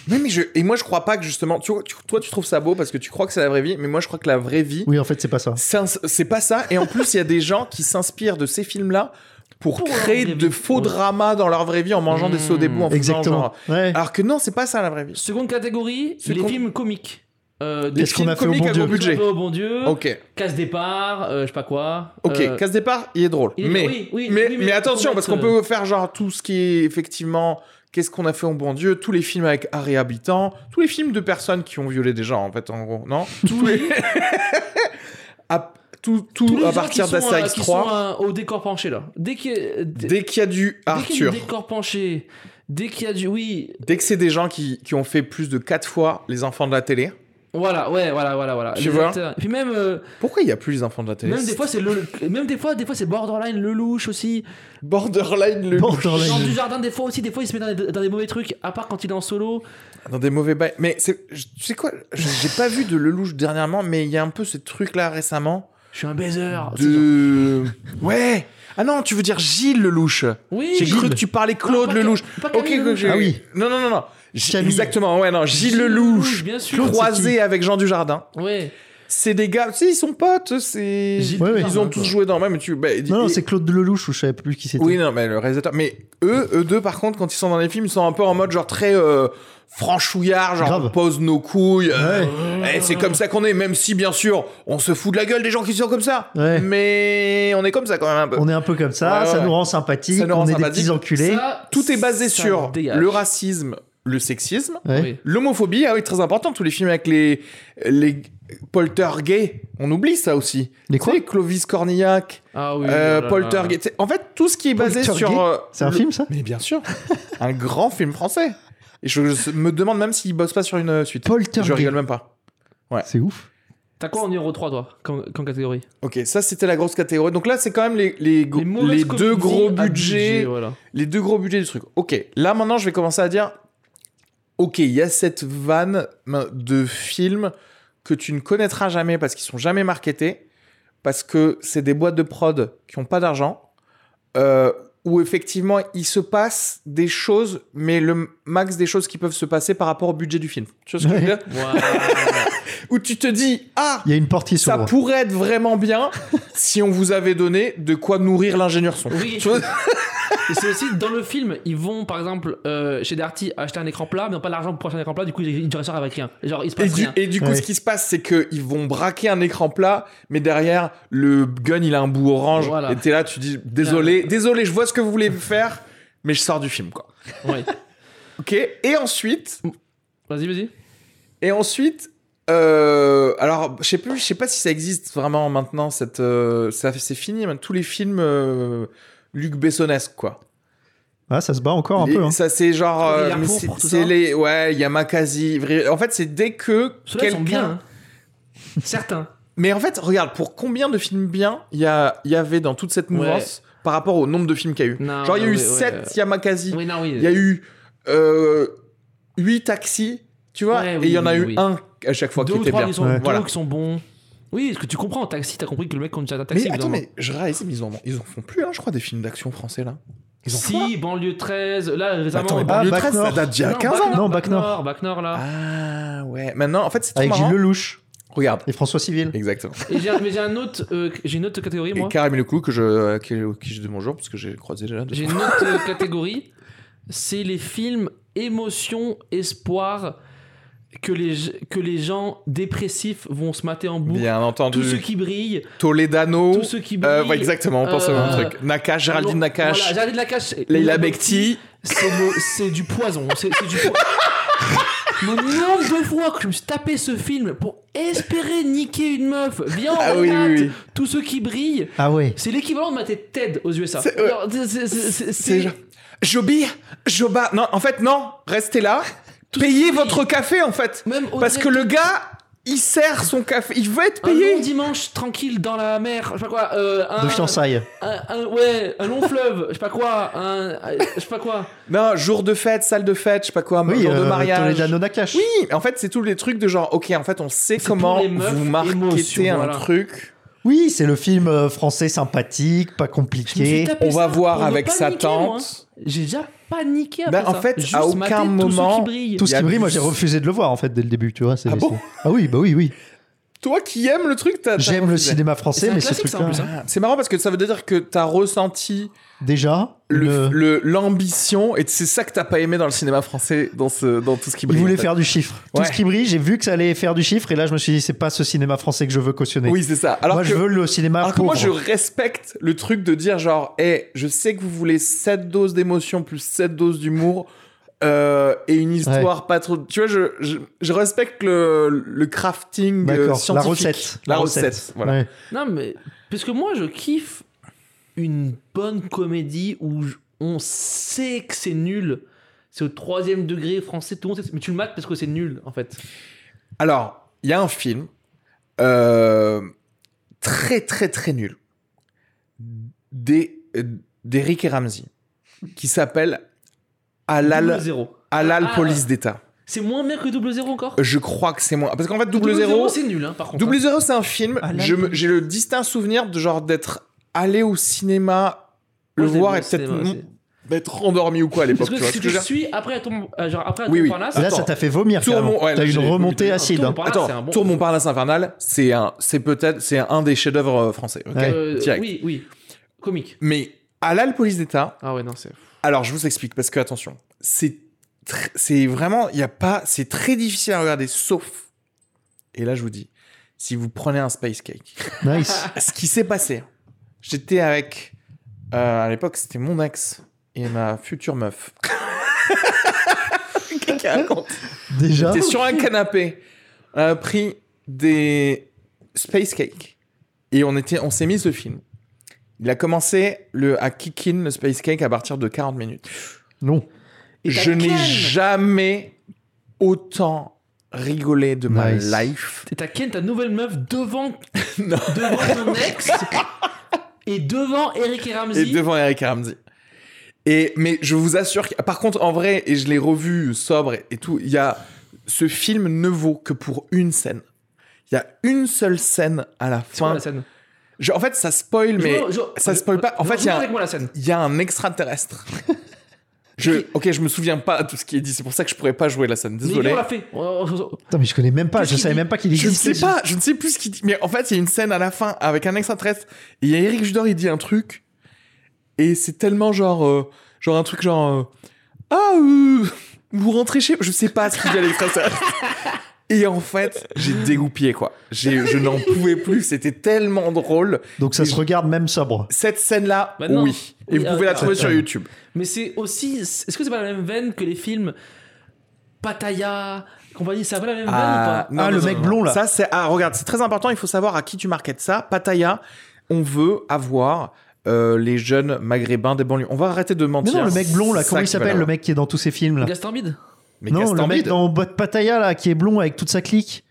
A: Oui, mais je... Et moi, je crois pas que justement. Tu vois, tu- Toi, tu trouves ça beau parce que tu crois que c'est la vraie vie, mais moi, je crois que la vraie vie,
C: Oui, en fait, c'est pas ça.
A: c'est un- c'est pas ça. Et en plus, il y a des gens qui s'inspirent de ces films-là pour,
B: Pour leur
A: créer
B: vraie
A: de
B: vie.
A: faux
B: Ouais.
A: dramas dans leur vraie vie en mangeant des sauts des bouts, en faisant
C: Exactement.
A: genre. ah,
C: Ouais.
A: Alors que non, c'est pas ça la vraie vie.
B: Seconde catégorie,
A: Second-
B: les films comiques. Euh, des
C: Qu'est-ce qu'on a fait au
A: comiques
C: bon
A: à
C: Dieu
A: gros budget
B: Au bon Dieu,
A: Ok,
B: casse départ, euh, je sais pas quoi.
A: ok.
B: euh,
A: Casse départ, il est drôle.
B: il est-
A: mais...
B: oui, oui,
A: mais,
B: oui,
A: mais attention, parce qu'on
B: mettre, euh,
A: peut faire genre tout ce qui est effectivement qu'est-ce qu'on a fait au bon Dieu, tous les films avec Harry Habitant, tous les films de personnes qui ont violé des gens en fait, en gros, non Tous les. à, tout tout
B: tous les
A: à
B: gens
A: partir
B: qui sont,
A: d'Astérix
B: euh, qui
A: 3.
B: sont, euh, au décor penché là. Dès qu'il y a- euh, dès-
A: Dès qu'il y a du
B: dès qu'il y a
A: Arthur,
B: du décor penché, dès qu'il y a du oui,
A: dès que c'est des gens qui, qui ont fait plus de 4 fois les enfants de la télé,
B: voilà, ouais, voilà, voilà, voilà.
A: Tu
B: les
A: vois
B: acteurs. Et puis même euh,
A: pourquoi il n'y a plus les enfants de la télé
B: même des fois c'est le même des fois des fois c'est borderline le louche aussi.
A: Borderline le
C: Borderline.
B: Jean du jardin des fois aussi des fois il se met dans des, dans des mauvais trucs à part quand il est en solo.
A: Dans des mauvais bails. Mais c'est- je- tu sais quoi je- J'ai pas vu de Lelouch dernièrement, mais il y a un peu ce truc là récemment.
B: Je suis un baiser. C'est genre-
A: De. Ouais Ah non, tu veux dire Gilles Lelouch
B: Oui.
A: J'ai cru
C: Gilles.
A: que tu parlais
B: Non,
A: Claude
B: pas
A: Lelouch.
B: Ca- pas
A: Ok,
B: Camille
A: ok,
B: Lelouch.
A: j'ai-
C: Ah oui.
A: Non, non, non, non. J-
C: Camille.
A: Exactement, ouais, non. Gilles
B: Gilles
A: Lelouch,
B: bien sûr.
C: c'est
A: croisé avec Jean Dujardin.
B: Ouais.
A: C'est des gars, tu sais, ils sont potes, c'est.
B: Gilles
C: Ouais, ouais.
A: Ils ont
B: Dujardin,
A: tous
B: quoi.
A: joué dans même. Tu... bah,
C: Non, non,
A: et-
C: c'est Claude Lelouch ou je savais plus qui c'était.
A: Oui, non, mais le réalisateur. Mais eux, eux deux, par contre, quand ils sont dans les films, ils sont un peu en mode genre très euh, franchouillard, genre
C: Grave.
A: on pose nos couilles. euh,
C: Ouais.
A: eh, c'est comme ça qu'on est, même si bien sûr, on se fout de la gueule des gens qui sont comme ça.
C: Ouais.
A: Mais on est comme ça quand même un peu.
C: On est un peu comme ça,
A: bah, Ouais, ouais,
C: ça
A: ouais.
C: nous rend sympathiques,
A: Ça nous rend
C: on est des
A: sympathiques.
C: petits enculés.
B: Ça,
A: Tout est basé
B: ça
A: sur
B: dégage.
A: le racisme, le sexisme,
C: Ouais.
B: Oui.
A: l'homophobie. Ah oui, très important. Tous les films avec les les poltergeist, on oublie ça aussi.
C: Les
A: Tu
C: quoi
A: sais, Clovis Cornillac,
B: Ah oui.
A: euh,
B: oh là là.
A: poltergeist. Tu sais, En fait, tout ce qui est basé sur euh,
C: C'est un
A: le-
C: film ça
A: Mais bien sûr, (laughs) un grand film français. Et je, je me demande même s'il bosse pas sur une euh, suite. Je rigole
C: Poltergeist.
A: même pas.
C: C'est ouf.
B: T'as quoi en numéro 3 toi comme, comme catégorie
A: Ok, ça c'était la grosse catégorie. Donc là, c'est quand même les, les, go-
B: Les mauvaises
A: les deux
B: comédies
A: gros
B: à budget,
A: budgets,
B: voilà.
A: les deux gros budgets du truc. Ok, là maintenant, je vais commencer à dire. Ok, il y a cette vanne main, de films que tu ne connaîtras jamais parce qu'ils sont jamais marketés, parce que c'est des boîtes de prod qui ont pas d'argent, euh, où effectivement il se passe des choses, mais le max des choses qui peuvent se passer par rapport au budget du film. Tu vois ce que je veux
C: Ouais.
A: dire
B: Voilà.
A: Où tu te dis ah
C: Il y a une porte qui
A: ça
C: s'ouvre.
A: pourrait être vraiment bien si on vous avait donné de quoi nourrir l'ingénieur son.
B: Oui.
A: Tu vois
B: Et c'est aussi dans le film, ils vont par exemple euh, chez Darty acheter un écran plat, mais ils n'ont pas l'argent pour acheter un écran plat, du coup ils ils ressortent avec rien. Genre il se
A: et,
B: passe
A: du,
B: rien.
A: et du coup,
C: Ouais.
A: ce qui se passe, c'est qu'ils vont braquer un écran plat, mais derrière, le gun, il a un bout orange.
B: Voilà.
A: Et t'es là, tu dis, désolé, désolé, je vois ce que vous voulez faire, mais je sors du film, quoi.
B: Ouais.
A: Ok Et ensuite,
B: Vas-y, vas-y.
A: et ensuite, euh, alors, je sais plus, je sais pas si ça existe vraiment maintenant, cette, euh, ça, c'est fini, maintenant, tous les films euh, Luc Bessonesque, quoi.
C: Ah, ça se bat encore un
A: Les-
C: peu. hein.
A: Ça, c'est genre.
B: Il y a
A: euh,
B: la
A: mais
B: cour
A: c'est-
B: pour tout
A: c'est
B: ça.
A: les. Ouais, il y a Makazi. Vri- En fait, c'est dès que.
B: Ceux-là ils
A: quelqu'un-
B: sont bien. hein. Certains.
A: Mais en fait, regarde, pour combien de films bien il y, a- il y avait dans toute cette
B: Ouais.
A: mouvance par rapport au nombre de films qu'il y a eu
B: Non,
A: Genre, il y a
B: ouais,
A: eu
B: ouais,
A: 7 Yamakasi.
B: Oui, non, oui.
A: Il y a eu 8 taxis, tu vois
B: Ouais,
A: Et
B: oui,
A: il y en a
B: oui,
A: eu
B: oui.
A: un à chaque fois
B: deux
A: qui
B: ou
A: était
B: trois
A: bien.
B: qui sont,
C: Ouais.
B: deux
A: Voilà.
B: qui sont bons. Oui, parce que tu comprends en taxi, t'as compris que le mec conduit un taxi.
A: Mais attends,
B: évidemment.
A: mais je réalise, mais ils en, ils en font plus, hein, je crois, des films d'action français, là. Ils en font. un.
B: Si, banlieue 13, là récemment.
A: Attends, mais
C: bah,
A: Banlieue
C: Bac
A: 13, ça
C: Nord.
A: date d'il y a
B: Non,
A: 15
B: Bac
A: ans.
B: Nord,
C: Non,
B: Bac
C: Bac Nord.
B: Nord, Bac Nord, là.
A: Ah, ouais. Maintenant, en fait, c'est trop
C: Avec Gilles
A: marrant.
C: Lelouch
A: Regarde.
C: et François Civil.
A: Exactement.
B: Et j'ai mais j'ai un autre, euh, j'ai une autre catégorie,
A: Et
B: moi.
A: Karim le clou que je, euh, qui, qui je dis bonjour parce que j'ai croisé déjà. deux
B: J'ai
A: fois.
B: une autre euh, catégorie, c'est les films émotion, espoir que les, que les gens dépressifs vont se mater en boucle.
A: Bien entendu.
B: Tous ceux qui brillent,
A: Toledano.
B: tous ceux qui brillent.
A: Euh, ouais, exactement, on pense au même
B: Euh,
A: truc. Nakash, Géraldine
B: Voilà,
A: Nakache,
B: Géraldine Nakache.
A: Leila
B: Leila
A: Bekti.
B: C'est le- c'est du poison. C'est c'est du poison. (laughs) Le nombre de fois que je me suis tapé ce film pour espérer niquer une meuf, viens on
A: Ah oui,
B: remate
A: oui, oui.
B: tous ceux qui brillent,
C: Ah ouais.
B: c'est l'équivalent de mater TED aux USA.
A: C'est- ouais.
B: Alors, c'est- c'est- c'est- c'est-
A: C'est genre- Joby, Joba. Non, en fait, non, restez là.
B: Tout
A: Payez
B: ce-
A: votre café, en fait.
B: Même au-
A: Parce que le gars, il sert son café, il veut être
B: Un long
A: payé.
B: dimanche tranquille dans la mer, je sais pas quoi. euh, un,
C: de fiançailles.
B: un- un- ouais, un long fleuve, je sais pas quoi. Un, euh, je sais pas quoi.
A: Non, jour de fête, salle de fête, je sais pas quoi,
C: Oui,
A: jour de
C: euh,
A: mariage.
C: Toledano Nakash.
A: Oui, en fait, c'est tous les trucs de genre, ok, en fait, on sait
B: C'est
A: comment
B: pour les meufs,
A: vous marketer
B: émotion,
A: un
B: voilà.
A: truc.
C: Oui, c'est le film euh, français sympathique, pas
B: Je me suis
C: compliqué.
B: tapé
A: On va
B: ça
A: voir
B: pour ne
A: avec
B: pas
A: sa
B: niquer, moi. hein.
A: tante.
B: J'ai déjà paniqué
A: Ben,
B: après
A: en
B: ça.
A: fait, à
B: Juste
A: aucun
B: mater tous ceux
A: moment,
B: qui brillent.
C: Tout ce
A: Il y a
C: qui brille, moi
A: du-
C: j'ai refusé de le voir en fait dès le début, tu vois. c'est-
A: Ah bon
C: c'est- Ah oui, bah oui,
A: (laughs)
C: oui.
A: Toi qui aimes le truc, t'as. t'as
C: J'aime le
A: refusé.
C: cinéma
B: Et c'est
C: français,
B: un
C: mais ce
B: classique, ça, en
C: truc-là,
B: plus, hein.
A: Ah, C'est marrant parce que ça veut dire que t'as ressenti
C: déjà,
A: hein. le-
C: le-
A: le- l'ambition et c'est ça que t'as pas aimé dans le cinéma français, dans, ce, dans tout ce qui
C: il
A: brille. en
C: voulait
A: fait.
C: faire du chiffre. Tout
A: Ouais.
C: ce qui brille, j'ai vu que ça allait faire du chiffre, et là je me suis dit, c'est pas ce cinéma français que je veux cautionner.
A: Oui, c'est ça. Alors
C: moi
A: que...
C: je veux le cinéma
A: Alors que
C: pauvre.
A: moi, je respecte le truc de dire genre, hé, je sais que vous voulez 7 doses d'émotion plus 7 doses d'humour euh, et une histoire pas trop. Tu vois, je, je, je respecte le, le crafting euh,
C: D'accord, la
A: scientifique.
C: recette.
A: La recette, voilà.
C: Ouais.
B: Non, mais. Parce que moi, je kiffe une bonne comédie où j- on sait que c'est nul. C'est au troisième degré français, tout le monde sait. Mais tu le mates parce que c'est nul, en fait.
A: Alors, il y a un film euh, très, très, très nul d'E- euh, d'Eric et Ramsey qui s'appelle
B: Double
A: Halal,
B: zéro.
A: Halal
B: Ah,
A: Police d'État.
B: C'est moins bien que double zéro encore
A: Je crois que c'est moi. Parce qu'en fait, Euh, double zéro,
B: c'est nul, hein, par contre.
A: Double Zero, c'est un film.
C: Ah, là,
A: je
C: oui.
A: me- J'ai le distinct souvenir de genre d'être allé au cinéma, le
B: Moi, je l'ai
A: voir
B: vu
A: et
B: au
A: peut-être
B: cinéma,
A: m-
B: c'est-
A: d'être endormi ou quoi à l'époque.
B: Parce
A: Tu
B: que
A: vois ce
B: si
A: que je
B: tu
A: veux dire
B: suis après à ton, euh, genre après à
A: Oui,
B: ton
A: oui.
B: Parnasse,
C: Là, ça
A: Attends.
C: t'a fait vomir.
A: Tour
C: carrément.
A: Mon- ouais,
C: T'as eu
A: j'ai-
C: une remontée
A: Tour
C: acide. hein.
B: Mon- Parnasse,
A: Attends,
B: c'est un bon-
A: Tour Montparnasse infernal, c'est un, c'est peut-être, c'est un des chefs-d'œuvre euh, français. ok
C: Ouais.
B: euh,
A: Direct.
B: oui, oui, comique.
A: Mais à la police d'État,
B: Ah ouais, non, c'est.
A: alors je vous explique parce que attention, c'est, tr- c'est vraiment, il y a pas, c'est très difficile à regarder, sauf, et là je vous dis, si vous prenez un space cake. (laughs)
C: hein. Nice.
A: ce qui s'est passé, j'étais avec. euh, à l'époque, c'était mon ex et ma future meuf. Qu'est-ce qu'elle raconte
C: Déjà.
A: J'étais sur un canapé. On a pris des space cake et on était, on s'est mis ce film. Il a commencé le, à kick in le space cake à partir de 40 minutes.
C: Non.
B: Et t'as
A: Je n'ai
B: Ken.
A: jamais autant rigolé de ma
C: Nice.
A: life.
B: Et t'as Ken, ta nouvelle meuf, devant,
A: (laughs) Non.
B: devant ton ex et devant Eric et Ramsey.
A: Et devant Eric Ramsey. Et, mais je vous assure, que- par contre, en vrai, et je l'ai revu sobre et, et tout, il y a, ce film ne vaut que pour une scène. Il y a une seule scène à la
B: C'est quoi
A: fin.
B: la scène
A: Je- en fait, ça spoil, mais
B: Je- je-
A: ça
B: je-
A: spoil pas. En
B: je-
A: fait,
B: je-
A: il y a
B: avec moi la scène.
A: il y a un
B: (laughs)
A: extraterrestre. je, ok, je me souviens pas de tout ce qui est dit, c'est pour ça que je pourrais pas jouer la scène,
B: Mais
A: désolé.
B: on l'a fait. Oh, oh, oh, oh.
C: Putain, mais je connais même pas.
B: Qu'est-ce
C: Je
B: qu'il
C: savais
B: dit
C: même pas qu'il
A: Je ne
C: existait.
A: sais pas, je ne sais plus ce qu'il dit. Mais en fait, il y a une scène à la fin avec un extraterrestre. Et il y a Eric Judor, il dit un truc. Et c'est tellement genre. euh, genre un truc genre. euh, ah, euh, vous rentrez chez. Je sais pas ce qu'il dit à l'extraterrestre. Et en fait, j'ai dégoupillé, quoi. J'ai- Je n'en pouvais plus. C'était tellement drôle.
C: Donc ça se regarde même sobre.
A: Cette scène-là,
B: Bah non.
A: oui. Et
B: Oui,
A: vous pouvez
B: euh,
A: la trouver sur
C: euh,
A: YouTube.
B: Mais c'est aussi. Est-ce que c'est pas la même veine que les films Pattaya, compagnie C'est un peu la même veine
A: Ah,
B: ou pas
A: non,
C: Ah,
A: non,
C: le
A: non,
C: mec
A: non.
C: blond, là.
A: Ça, c'est. Ah, regarde, c'est très important. Il faut savoir à qui tu marketes ça. Pattaya, on veut avoir euh, les jeunes maghrébins des banlieues. On va arrêter de
C: Mais
A: mentir.
C: non, le mec blond là,
A: C'est
C: comment
A: ça
C: il
A: qui va
C: s'appelle
A: là.
C: le mec qui est dans tous ces films là
B: Gaston Bide
A: Mais
C: Non, le
A: Gaston
C: mec
A: Bide.
C: dans Boîte Pataya là, qui est blond avec toute sa clique.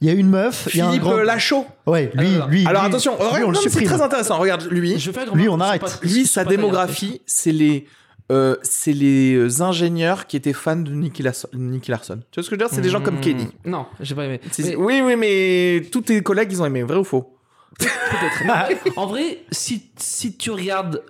C: Il y a une meuf, il y a un
A: Philippe
C: grand.
A: Lachaud.
C: Ouais, lui,
B: Alors,
C: lui.
A: Alors
C: lui-
A: attention,
C: lui,
A: regarde, non,
C: on le
A: mais c'est
C: supprime. Ah,
A: très intéressant. Regarde, lui,
B: Je fais
C: Lui, on arrête.
A: lui, sa démographie, c'est les. euh, c'est les ingénieurs qui étaient fans de Nicky Larson. Nicky Larson. Tu vois ce que je veux dire C'est des gens comme Kenny.
B: Mmh. Non, j'ai pas aimé.
A: C'est-
B: Hmm. Mais-
A: Oui, oui, mais tous tes collègues, ils ont aimé, vrai ou faux
B: Peut-être. Mais en vrai, si, si tu regardes.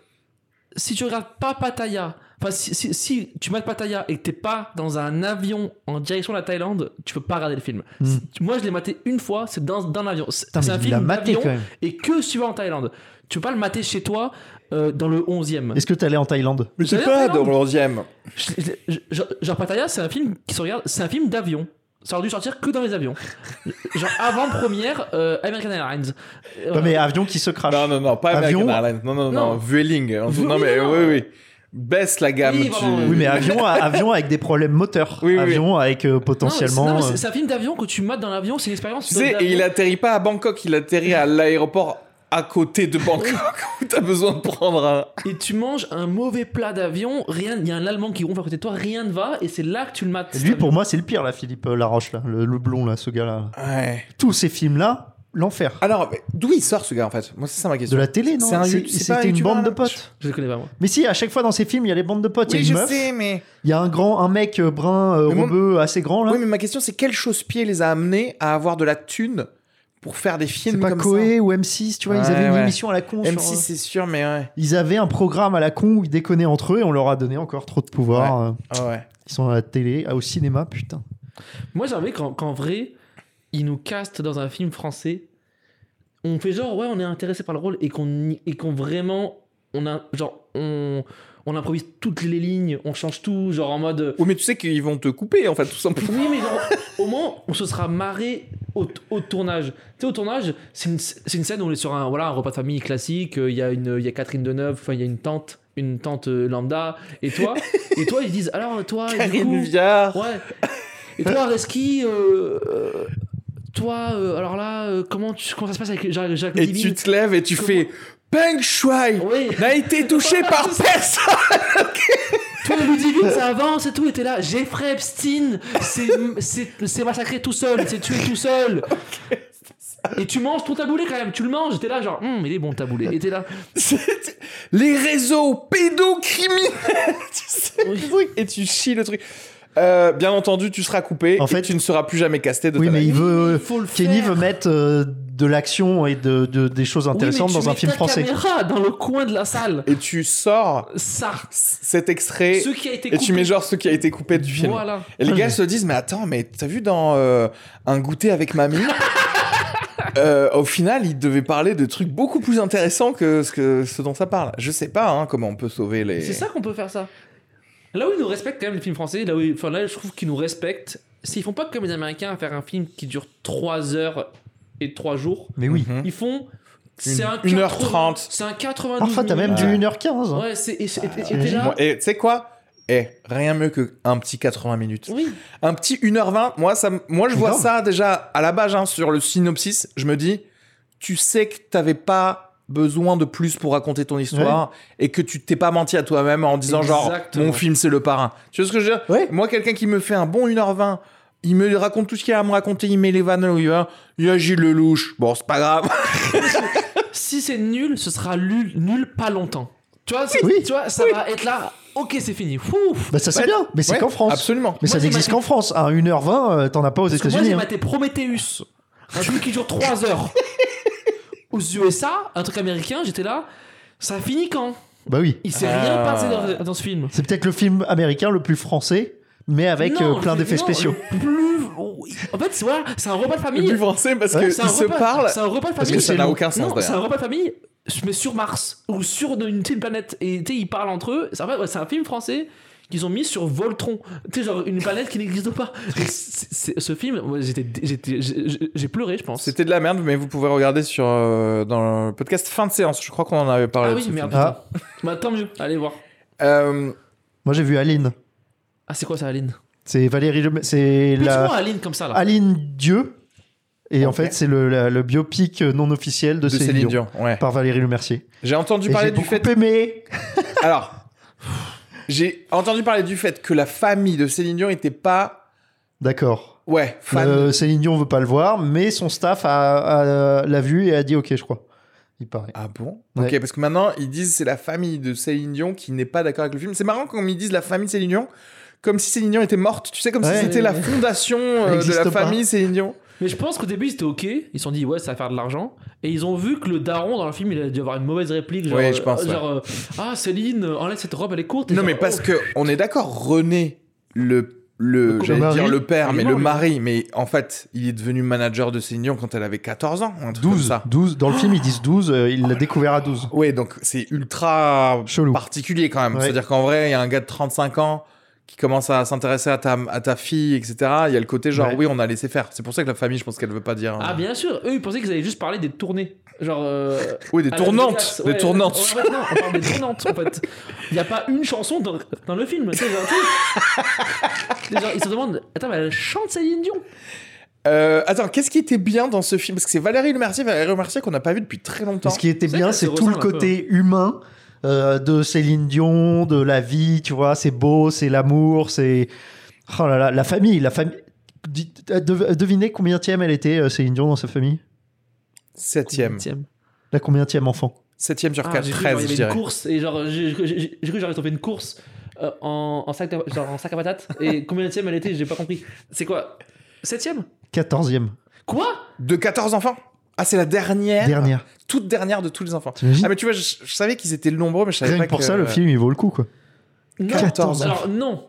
B: Si tu regardes pas Pattaya. Enfin, si, si, si tu mates Pattaya et que t'es pas dans un avion en direction de la Thaïlande, tu peux pas regarder le film.
C: Hmm.
B: Si tu- Moi, je l'ai maté une fois, c'est dans, dans l'avion. C'est
C: Putain,
B: c'est
C: mais
B: un
C: il l'a
B: film
C: maté
B: d'avion
C: quand même.
B: et que si tu vas en Thaïlande. Tu peux pas le mater chez toi euh, dans le 11e.
C: Est-ce que t'es allé en Thaïlande
A: Mais
B: j'ai pas, dans
A: l'onzième.
B: Je- je- je- Genre Pattaya, c'est un film qui se regarde, c'est un film d'avion. Ça aurait dû sortir que dans les avions. Genre avant-première euh, American Airlines. Euh,
C: Non, mais avion qui se crache.
A: Non, non, non, pas
C: Avion.
A: American Airlines. Non, non, non,
B: Non.
A: Vueling. En tout-
B: Vueling,
A: Non, mais
B: non.
A: oui, oui. Baisse la gamme.
B: Oui,
A: tu-
B: vraiment, oui.
C: Oui, mais avion, avion avec des problèmes moteurs.
A: Oui, oui,
C: avion avec euh,
B: Non, mais c'est-
C: potentiellement.
B: non, mais C'est
C: euh,
B: c'est un film d'avion que tu mates dans l'avion, c'est une expérience.
A: Tu sais,
B: d'avion.
A: et il atterrit pas à Bangkok, il atterrit à l'aéroport à côté de Bangkok où t'as besoin de prendre un.
B: Et tu manges un mauvais plat d'avion, rien, il y a un Allemand qui ronfle à côté de toi, rien ne va, et c'est là que tu le mates.
C: Lui, pour moi, c'est le pire, là, Philippe euh, Laroche, là, le, le blond, là, ce gars-là.
A: Ouais.
C: Tous ces films-là, l'enfer.
A: Alors, mais d'où il sort ce gars en fait Moi, c'est ça ma question.
C: De la télé, non
A: C'est un
C: C'est-
A: youtube- c'est pas un
C: C'était une
A: youtubeur,
C: bande de
A: là
C: potes.
B: Je le connais pas moi.
C: Mais si, à chaque fois dans ces films, il y a les bandes de potes. Il
A: Oui,
C: y a
A: je
C: une meuf,
A: sais, mais.
C: il y a un grand, un mec euh, brun, euh,
A: Mais moi-
C: rebeu, assez grand, là.
A: Oui, mais ma question, c'est quel chausse-pied les a amenés à avoir de la thune pour faire des
C: c'est
A: films
C: pas
A: comme
C: Koé ou M6, tu vois, ils
A: Ouais,
C: avaient une
A: ouais.
C: émission à la con.
A: ça
C: sur- euh,
A: M6, c'est sûr, mais ouais.
C: Ils avaient un programme à la con où ils déconnaient entre eux et on leur a donné encore trop de pouvoir. euh,
A: Ah ouais.
C: Ils sont à la télé, à- au cinéma, putain.
B: Moi, j'aimerais qu'en qu'en vrai, ils nous castent dans un film français. On fait genre, ouais, on est intéressé par le rôle et qu'on y- et qu'on vraiment. On a, genre, on, on improvise toutes les lignes, on change tout, genre en mode.
A: Oui, mais tu sais qu'ils vont te couper en fait, tout simplement.
B: Oui, mais genre, au moins, on se sera marré au, au tournage. Tu sais, au tournage, c'est une, c'est une scène où on est sur un, voilà, un repas de famille classique. euh, Il y, a une- il y a Catherine Deneuve, enfin, il y a une tante, une tante euh, lambda.
A: (laughs)
B: Et toi, et toi, ils disent alors, toi, et du
A: Karine
B: coup,
A: Viard.
B: Ouais. Et toi, Reski, euh, euh, toi, euh, alors là, euh, comment, tu, comment ça se passe avec Jacques, Jacques
A: Et tu
B: Divine
A: te lèves et tu
B: Comment-
A: fais Peng Shui
B: Oui,
A: n'a été touché par personne. (laughs)
B: toi, Ludivine, ça avance et tout, et t'es là. Jeffrey Epstein s'est s'est- s'est massacré tout seul, s'est tué tout seul. (laughs) Et tu manges ton taboulé quand même, tu le manges, t'es là, genre, Hum, il est bon le taboulé. Et t'es là,
A: C'est- Les réseaux pédocriminels. tu sais,
B: (laughs) Oui.
A: le truc. Et tu chies le truc. Euh, bien entendu, tu seras coupé.
C: En
A: En fait,
C: fait-
A: tu ne seras plus jamais casté de
C: Oui,
A: ta
C: mais
A: vie.
C: il veut.
B: faut le
C: Kenny
B: faire.
C: veut mettre euh, de l'action et de, de- des choses
B: Oui, mais
C: intéressantes
B: tu
C: dans un
B: mets
C: film
B: ta
C: français.
B: caméra dans le coin de la salle.
A: Et tu sors
B: Ça,
A: c- cet extrait.
B: ce qui a été
A: Et tu
B: coupé.
A: mets genre ce qui a été coupé du film.
B: Voilà.
A: Et les
C: Ah,
A: gars
C: mais-
A: se disent, mais attends, mais t'as vu dans euh, Un goûter avec mamie (laughs) Euh, Au final, ils devaient parler de trucs beaucoup plus intéressants que ce, que ce dont ça parle. Je sais pas hein, comment on peut sauver les.
B: C'est ça qu'on peut faire ça. Là où ils nous respectent quand même les films français, là où enfin là je trouve qu'ils nous respectent, s'ils font pas comme les Américains à faire un film qui dure 3 heures et 3 jours,
C: Mais oui.
A: Mhm.
B: ils font
A: Une-
B: c'est un
A: une heure
B: 80
A: trente.
B: c'est un 92
C: Parfois, t'as même
B: minutes.
C: du 1h15. hein.
B: Ouais, c'est et c'est- et- et t'es
C: t'imagines,
B: là.
A: Bon, et tu sais quoi Eh, rien mieux qu'un petit 80 minutes.
B: Oui.
A: Un petit 1h20, moi, ça, m- moi je vois
C: Grave.
A: ça déjà à la base hein, sur le synopsis. Je me dis, tu sais que t'avais pas besoin de plus pour raconter ton histoire et que tu t'es pas menti à toi-même en disant
B: Exactement.
A: genre mon film c'est le parrain. Tu vois ce que je veux dire
C: Ouais.
A: Moi, quelqu'un qui me fait un bon 1h20, il me raconte tout ce qu'il y a à me raconter, il met les vannes là où il va. Il y a Gilles Lelouch. Bon, c'est pas grave.
B: Si c'est nul, ce sera nul, nul pas longtemps. Tu vois, c'est-
C: Oui.
B: tu vois ça va être là. OK, c'est fini. Fouf.
C: Bah, ça, c'est
A: Ouais.
C: bien. Mais c'est
A: Ouais,
C: qu'en France.
A: Absolument.
C: Mais ça
B: j'ai
C: n'existe
B: maté-
C: qu'en France. À 1h20, euh, t'en as pas aux
B: Parce que moi
C: États-Unis.
B: j'ai
C: hein.
B: maté Prometheus, un film qui dure 3
C: (laughs)
B: heures. Aux USA, un truc américain, j'étais là, ça finit quand
C: Bah oui.
B: Il s'est
A: Ah.
B: rien passé dans, dans ce film.
C: C'est peut-être le film américain le plus français, mais avec
B: Non,
C: euh, plein
B: le-
C: d'effets
B: non,
C: spéciaux.
B: le plus- oh, oui. En fait, c'est voilà, c'est un repas de
A: Le plus
B: famille.
A: français parce
C: Ouais.
A: que
B: C'est un
A: qu'il se
B: repas-
A: parle.
B: C'est un repas de
A: Parce
B: famille.
A: que ça n'a aucun sens,
B: Non,
A: d'ailleurs.
B: c'est un repas de famille, mais sur Mars ou sur une, petite planète. Et tu sais, ils parlent entre eux. C'est en fait, ouais, c'est un film français qu'ils ont mis sur Voltron. Tu sais, genre une planète qui n'existe pas. Et c'est- c'est- ce film, moi, j'étais- j'étais- j'ai j'ai pleuré, je pense.
A: C'était de la merde, mais vous pouvez regarder sur euh, dans le podcast fin de séance. Je crois qu'on en avait parlé.
B: Ah
A: de
B: oui,
A: ce
B: merde.
A: film.
B: putain. Bah, tant mieux, allez voir.
A: Euh,
C: Moi, j'ai vu Aline.
B: Ah, c'est quoi ça, Aline
C: C'est Valérie Lem- C'est
B: La...
C: la.
B: Aline comme ça, là.
C: Aline Dieu. Et en
A: Ok.
C: fait, c'est le, la- le biopic non officiel
A: de
C: de,
A: Céline, Dion. Ouais.
C: Par Valérie Lemercier.
A: J'ai entendu
C: Et
A: parler
C: j'ai
A: du
C: beaucoup
A: fait.
C: aimé.
A: Alors, j'ai entendu parler du fait que la famille de Céline Dion était pas
C: D'accord.
A: ouais fan.
C: Euh, Céline Dion veut pas le voir, mais son staff a, a- l'a vu et a dit ok, je crois. Il paraît.
A: Ah bon
C: Ouais.
A: Ok, parce que maintenant ils disent c'est la famille de Céline Dion qui n'est pas d'accord avec le film. C'est marrant quand ils disent la famille de Céline Dion, comme si Céline Dion était morte. Tu sais, comme
C: Ouais.
A: si c'était la fondation euh, de
C: n'existe
A: la
C: pas.
A: famille Céline Dion.
B: Mais je pense qu'au début, ils étaient OK. Ils se sont dit, ouais, ça va faire de l'argent. Et ils ont vu que le daron dans le film, il a dû avoir une mauvaise réplique. Genre,
A: Ouais, je pense,
B: euh, genre euh, ah, Céline, euh, enlève cette robe, elle est courte. Et
A: Non,
B: genre,
A: mais parce
B: oh.
A: que on est d'accord, René, le le,
B: Le
A: j'allais
C: mari,
A: dire le père,
B: il est
A: mais
B: mort,
A: le
B: lui.
A: mari, mais en fait, il est devenu manager de Céline Dion quand elle avait 14 ans, ou un truc comme
C: 12,
A: ça.
C: 12. Dans le film, ils disent 12. euh, il l'a découvert à 12.
A: Ouais, donc c'est ultra
C: Chelou.
A: particulier quand même.
C: Ouais.
A: C'est-à-dire qu'en vrai, il y a un gars de 35 ans qui commence à s'intéresser à ta, à ta fille, etc. Il y a le côté genre,
C: Ouais.
A: oui, on a laissé faire. C'est pour ça que la famille, je pense qu'elle veut pas dire. hein.
B: Ah, bien sûr. Eux, ils pensaient qu'ils allaient juste parler des tournées. Genre. euh,
A: Oui, des
B: à la
A: tournantes.
B: Vegas.
A: Des
B: Ouais,
A: tournantes.
B: En fait, non, on parle des tournantes, en fait. Il n'y a pas une chanson dans, dans le film. tu sais, genre, tu sais. Les gens, ils se demandent, attends, mais elle chante Céline Dion.
A: Euh, attends, qu'est-ce qui était bien dans ce film Parce que c'est Valérie Lemercier, Valérie Lemercier qu'on n'a pas vu depuis très
C: Mais
A: longtemps.
C: Ce qui était
B: C'est
C: bien,
B: vrai que
C: c'est
B: ça
C: tout le
B: ressemble un hein.
C: côté humain euh, de Céline Dion, de la vie, tu vois. C'est beau, c'est l'amour, c'est. Oh là là, la famille, la famille. Dites- euh, dev- Devinez combien tième elle était, euh, Céline Dion, dans sa famille
A: Septième.
C: La combien tième enfant
A: Septième sur
B: Ah,
A: quatre,
B: j'ai cru,
A: 13,
B: genre,
A: je
B: Il y avait
A: dirais.
B: une course et genre j'ai j'ai- j'ai- j'ai cru que j'aurais trouvé une course euh, en, en sac de- genre en sac à patates et combien de elle était j'ai pas compris. C'est quoi Septième
C: Quatorzième,
B: Quoi
A: De 14 enfants Ah, c'est la dernière,
C: dernière.
A: toute dernière de tous les enfants.
C: T'imagines
A: Ah, mais tu vois, je, je savais qu'ils étaient nombreux, mais je savais
C: Rien
A: pas
C: que pour
A: que- euh,
C: ça, le film, il vaut le coup, quoi.
B: Non.
A: 14 enfants.
B: Alors non.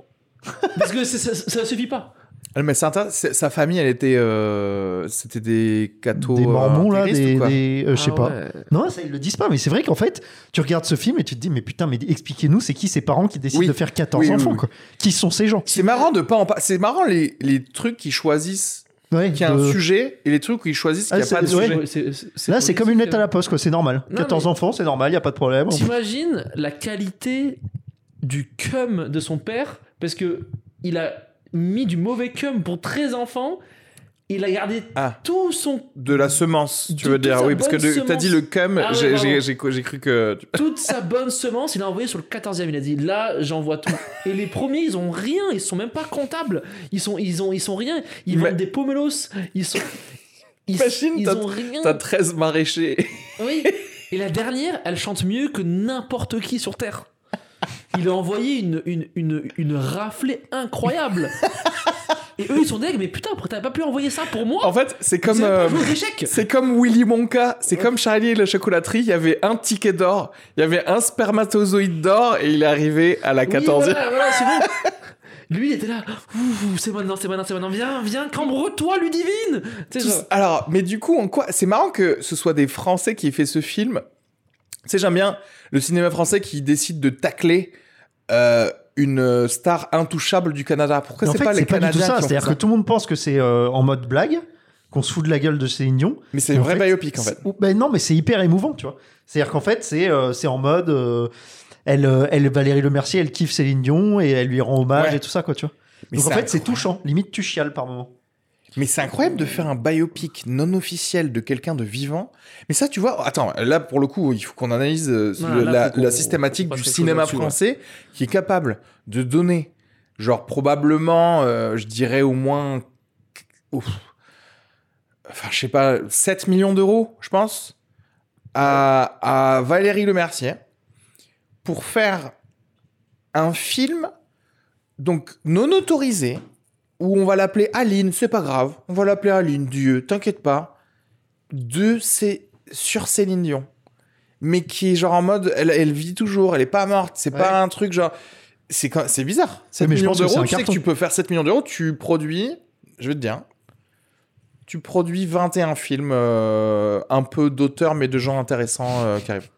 B: Parce que c'est- ça, ça suffit pas.
A: Ah, Mais c'est intér- c'est- sa famille, elle était. euh, C'était des cathos.
C: des
A: euh,
C: mormons, là,
A: intégristes
C: des.
A: ou quoi
C: des- euh, je sais
B: Ah
C: pas.
B: ouais.
C: Non, ça, ils le disent pas, mais c'est vrai qu'en fait, tu regardes ce film et tu te dis, mais putain, mais expliquez-nous, c'est qui ces parents qui décident
A: Oui.
C: de faire 14
A: Oui, oui,
C: enfants,
A: oui.
C: quoi Qui sont ces gens
A: C'est marrant de pas en pa- C'est marrant les, les trucs qu'ils choisissent,
C: Ouais,
A: qu'il y a
C: de-
A: un sujet, et les trucs où ils choisissent
C: Ah,
A: qu'il n'y a
C: c'est-
A: pas de
C: ouais.
A: sujet.
C: Là, c'est comme une
A: euh.
C: lettre à la poste, quoi, c'est normal.
B: Non,
C: 14
B: mais-
C: enfants, c'est normal, y a pas de problème.
B: T'imagines la qualité du cum de son père parce que il a mis du mauvais cum pour 13 enfants. Il a gardé
A: Ah.
B: tout son
A: De la semence,
B: De
A: tu veux
B: toute
A: dire.
B: sa
A: Oui, parce que
B: bonne
A: de- t'as
B: semence.
A: dit le cum,
B: Ah ouais,
A: j'ai-
B: pardon.
A: j'ai j'ai cru j'ai cru que.
B: toute sa bonne semence, il a envoyé sur le 14e. Il a dit là, j'envoie tout. Et les premiers, ils ont rien, ils sont même pas comptables. Ils sont, ils ont, ils sont rien. Ils
A: Mais-
B: vendent des pomelos. Ils sont, ils,
A: Imagine,
B: ils
A: t'as-
B: ont rien.
A: T'as 13 maraîchers.
B: Oui. (laughs) Et la dernière, elle chante mieux que n'importe qui sur terre. Il a envoyé une, une, une, une raflée incroyable. Et eux, ils sont dingues, mais putain, pourquoi t'as pas pu envoyer ça pour moi
A: En fait, c'est
B: Vous
A: Oh, comme.
B: avez
A: euh,
B: pas joué aux échecs
A: C'est comme Willy Wonka, c'est comme Charlie et la chocolaterie, il y avait un ticket d'or, il y avait un spermatozoïde d'or et il est arrivé à la
B: Oui,
A: 14e.
B: voilà, voilà, c'est bon. Lui, il était là. Ouh, ouh, c'est maintenant, c'est maintenant, c'est maintenant. Viens, viens, cambre-toi, Ludivine. Tu sais,
A: Tous-
B: genre,
A: Alors, mais du coup, en quoi C'est marrant que ce soit des Français qui aient fait ce film. Tu sais, j'aime bien le cinéma français qui décide de tacler euh, une star intouchable du Canada. Pourquoi
C: Mais en
A: c'est
C: fait,
A: pas les
C: c'est pas du tout
A: Canadiens qui
C: ça.
A: ont fait
C: C'est-à-dire que
A: ça
C: tout le monde pense que c'est euh, en mode blague, qu'on se fout de la gueule de Céline Dion.
A: Mais c'est un
C: en
A: vrai
C: fait,
A: biopic en fait.
C: C'est- ou- Ben non, mais c'est hyper émouvant, tu vois. C'est-à-dire qu'en fait, c'est euh, c'est en mode. euh, elle, euh, elle, Valérie Lemercier, elle kiffe Céline Dion et elle lui rend hommage
A: Ouais.
C: et tout ça, quoi, tu vois.
A: Mais
C: Donc en
A: c'est
C: fait, c'est
A: incroyable.
C: touchant. Limite, tu chiales
A: (laughs)
C: par moment.
A: Mais c'est incroyable de faire un biopic non officiel de quelqu'un de vivant. Mais ça, tu vois, attends, là pour le coup, il faut qu'on analyse euh,
B: Voilà,
A: le-
B: là,
A: la,
B: faut qu'on-
A: la systématique
B: faut qu'on
A: du
B: fasse quelque
A: cinéma
B: chose là-dessus,
A: français qui est capable de donner, genre probablement, euh, je dirais au moins, ouf, enfin je sais pas, 7 millions d'euros, je pense, à, à Valérie Lemercier pour faire un film donc non autorisé où on va l'appeler Aline, c'est pas grave, on va l'appeler Aline, Dieu, t'inquiète pas, de c'est sur Céline Dion, mais qui est genre en mode, elle, elle vit toujours, elle est pas morte, c'est
C: Ouais.
A: pas un truc genre, c'est quand- c'est bizarre. 7
C: mais je
A: millions
C: pense que c'est
A: d'euros,
C: un
A: tu sais que
C: carton.
A: tu peux faire 7 millions d'euros, tu produis, je vais te dire, tu produis 21 films euh, un peu d'auteurs mais de gens intéressants euh, qui arrivent.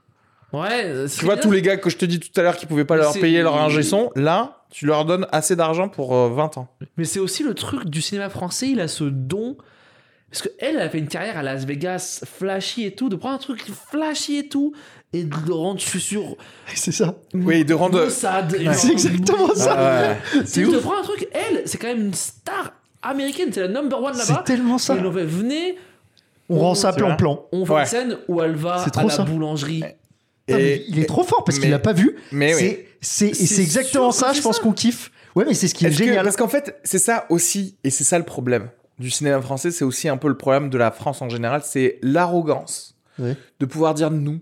B: Ouais, euh,
A: Tu vois tous les gars que je te dis tout à l'heure qui pouvaient pas
B: Mais
A: leur
B: c'est-
A: payer leur ingé son, là, tu leur donnes assez d'argent pour euh, 20 ans.
B: Mais c'est aussi le truc du cinéma français, il a ce don. Parce qu'elle, elle a fait une carrière à Las Vegas, flashy et tout, de prendre un truc flashy et tout, et de le rendre, je suis sûr,
C: C'est ça.
A: Oui, de rendre
B: maussade. Et
C: C'est
B: genre,
C: exactement ça.
A: Ah ouais.
C: C'est
B: Tu te
C: ouf.
B: prends un truc, elle, c'est quand même une star américaine, c'est la number one là-bas.
C: C'est tellement
B: Et
C: ça.
B: elle en fait, venez,
C: On rend ça
A: C'est vrai.
C: plan-plan.
B: on voit
A: Ouais.
B: une scène où elle va
C: C'est
B: à
C: trop
B: la
C: ça.
B: boulangerie.
C: Putain, mais
A: Et-
C: il est trop fort parce
A: mais-
C: qu'il a pas vu.
A: mais oui.
C: C'est- C'est et
B: C'est
C: c'est exactement
B: sûr que
C: ça,
B: c'est
C: je pense
B: ça.
C: qu'on kiffe. Ouais, mais c'est ce qui est,
A: Est-ce que-
C: génial.
A: parce qu'en fait, c'est ça aussi, et c'est ça le problème du cinéma français, c'est aussi un peu le problème de la France en général, c'est l'arrogance
C: Oui.
A: de pouvoir dire nous,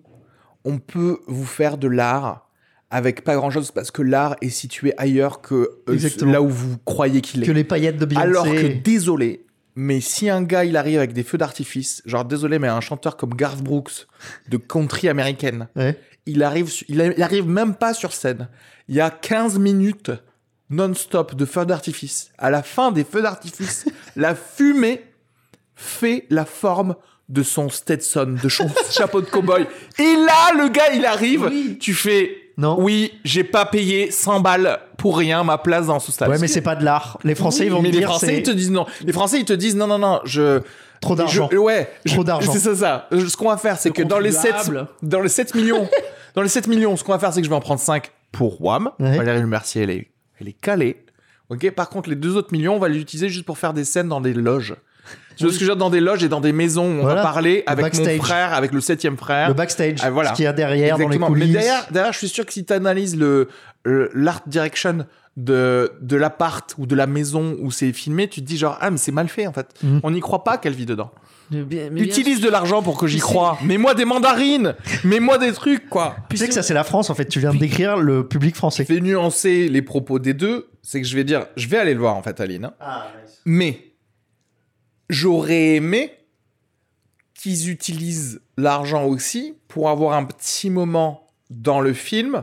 A: on peut vous faire de l'art avec pas grand-chose parce que l'art est situé ailleurs que euh,
C: Exactement.
A: là où vous croyez qu'il est.
C: Que les paillettes de Beyoncé.
A: Alors que désolé, mais si un gars il arrive avec des feux d'artifice, genre désolé, mais un chanteur comme Garth Brooks de country américaine,
C: Ouais.
A: il arrive, su- il, a- il arrive même pas sur scène. Il y a 15 minutes non-stop de feux d'artifice. À la fin des feux
C: (laughs)
A: d'artifice, la fumée fait la forme de son Stetson, de
C: (laughs)
A: son chapeau de cowboy. Et là, le gars, il arrive,
B: Oui.
A: tu fais.
C: Non.
A: Oui, j'ai pas payé 100 balles pour rien ma place dans ce stade.
C: Ouais, mais c'est pas de l'art. Les Français
A: Oui,
C: ils vont
A: mais
C: me
A: les
C: dire
A: Français
C: c'est
A: ils te disent non. Les Français ils te disent non non non, je
C: trop d'argent.
A: je- ouais,
C: Trop
A: je- (laughs)
C: d'argent.
A: C'est ça ça. Je- Ce qu'on va faire c'est
B: Le
A: que dans les 7
B: contribuable.
A: dans les 7
C: (laughs)
A: millions, dans les 7 millions, ce qu'on va faire c'est que je vais en prendre 5 pour Wam.
C: Ouais.
A: Valérie Le Mercier elle est elle est calée. OK, par contre les deux autres millions, on va les utiliser juste pour faire des scènes dans des loges. Je ce que j'ai dans des loges et dans des maisons où on
C: Voilà.
A: va parler avec
C: backstage.
A: mon frère, avec le septième frère.
C: Le backstage,
A: Ah, voilà.
C: ce qu'il y a derrière
A: Exactement.
C: dans les
A: Mais
C: coulisses.
A: derrière, derrière, je suis sûr que si tu analyses le, le- l'art direction de, de l'appart ou de la maison où c'est filmé, tu te dis genre, ah, mais c'est mal fait en fait.
C: Mhm.
A: On n'y croit pas qu'elle vit dedans.
B: Mais bien- mais bien
A: Utilise de l'argent pour que j'y
B: Mais c'est-
A: crois. Mets-moi des mandarines. Mets-moi des trucs, quoi.
B: (laughs)
C: tu sais que ça, c'est la France, en fait. Tu viens de décrire le public français.
A: Je vais nuancer les propos des deux. C'est que je vais dire, je vais aller le voir en fait, Aline. hein.
C: Ah,
A: Mais j'aurais aimé qu'ils utilisent l'argent aussi pour avoir un petit moment dans le film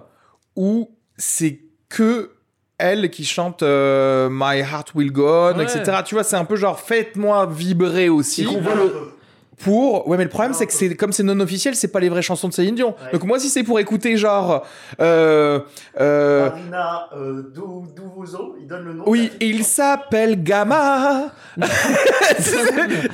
A: où c'est que elle qui chante euh, My Heart Will Go On,
B: Ouais.
A: etc. Tu vois, c'est un peu genre faites-moi vibrer aussi.
B: Et qu'on voit
A: Euh,
B: le-
A: Pour ouais mais le problème c'est que c'est comme c'est non officiel c'est pas les vraies chansons de Céline Dion
C: Ouais.
A: donc moi si c'est pour écouter genre euh, euh,
C: Marina Douvozo, il donne le nom.
A: oui, il s'appelle Gamma.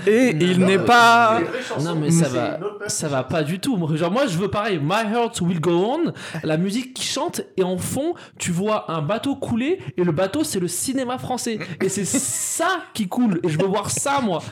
A: Et il n'est pas.
B: Non mais ça va, ça va pas du tout. Moi, Genre moi je veux pareil. My heart will go on. La musique qui chante et en fond tu vois un bateau couler et le bateau c'est le cinéma français et c'est ça qui coule et je veux voir ça moi.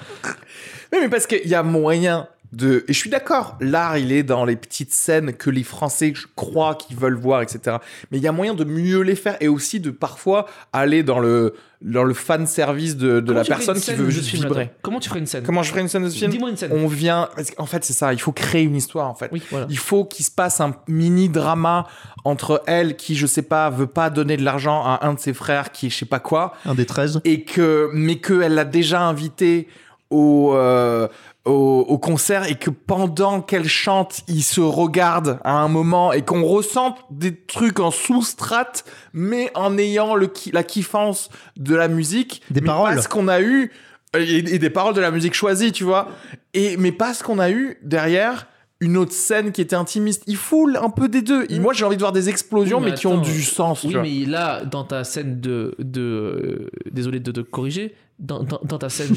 A: Oui, mais parce qu'il y a moyen de. Et je suis d'accord, l'art, il est dans les petites scènes que les Français je crois qu'ils veulent voir, etc. Mais il y a moyen de mieux les faire et aussi de parfois aller dans le, dans le fan service de, de
B: Comment
A: la
B: tu ferais
A: personne
B: une
A: qui
B: scène
A: veut
B: de
A: juste
B: ce film,
A: vibrer.
B: attends Comment tu ferais une scène
A: Comment je ferais une scène de ce film
B: Dis-moi une scène.
A: On vient. parce qu'en fait, c'est ça, il faut créer une histoire, en fait.
B: Oui voilà.
A: Il faut qu'il se passe un mini drama entre elle qui, je sais pas, veut pas donner de l'argent à un de ses frères qui, est je sais pas quoi,
C: Un des 13.
A: et que mais que elle l'a déjà invité au, euh, au au concert et que pendant qu'elle chante, ils se regardent à un moment et qu'on ressente des trucs en sous-strate mais en ayant le ki- la kiffance de la musique
C: Des
A: mais
C: paroles.
A: pas ce qu'on a eu euh, et, et des paroles de la musique choisie, tu vois. Et mais pas ce qu'on a eu derrière une autre scène qui était intimiste. Il faut un peu des deux.
C: Mm.
A: Et moi, j'ai envie de voir des explosions
B: Oui,
A: mais,
B: mais
A: qui ont
B: attends.
A: du sens, tu
B: Oui,
A: vois.
B: mais là, dans ta scène de. de euh, désolé de te corriger. Dans, dans- dans
A: (laughs)
B: ta scène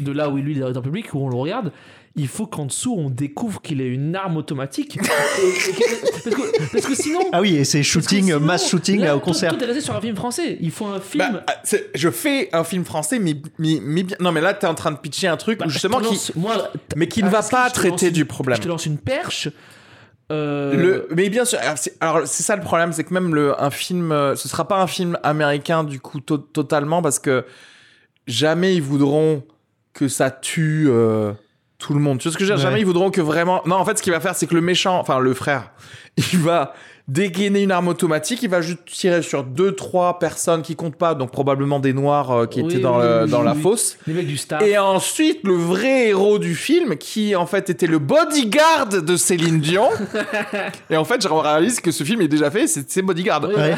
B: de là où lui il est dans le public, où on le regarde, il faut qu'en dessous on découvre qu'il est une arme automatique. Et- et que- parce, que, parce
A: (laughs)
B: que sinon.
C: Ah oui, et c'est
B: parce que
C: shooting,
B: sinon,
C: mass shooting là, au
B: toi-
C: concert.
B: Toi, t'es resté sur un film français. Il faut un film.
A: euh, Bah, ah, c'est- je fais un film français, mais, mais, mais bien- non, mais là, t'es en train de pitcher un truc
B: Bah,
A: où justement
B: je te
A: qui,
B: lance- moi, t-
A: mais qui ne
B: ah,
A: va
B: parce que
A: pas
B: je te
A: traiter
B: lance
A: du
B: une-
A: problème.
B: Je te lance une perche. euh,
A: Le, mais bien sûr, alors, c'est- alors c'est ça le problème, c'est que même le, un film, euh, ce sera pas un film américain du coup to- totalement parce que jamais ils voudront que ça tue euh, tout le monde. Tu vois ce que je veux dire
C: Ouais.
A: Jamais ils voudront que vraiment. Non, en fait, ce qu'il va faire, c'est que le méchant, enfin le frère, (laughs) il va dégainer une arme automatique, il va juste tirer sur deux, trois personnes qui comptent pas, donc probablement des noirs euh, qui
B: Oui,
A: étaient dans,
B: oui,
A: le-
B: oui,
A: dans la
B: oui.
A: fosse.
B: Les mecs du staff.
A: Et ensuite, le vrai héros du film, qui en fait était le bodyguard de Céline
B: (laughs)
A: Dion. et en fait, je réalise que ce film est déjà fait, c'est c'est bodyguard. (laughs)
B: Oui.
C: Ouais.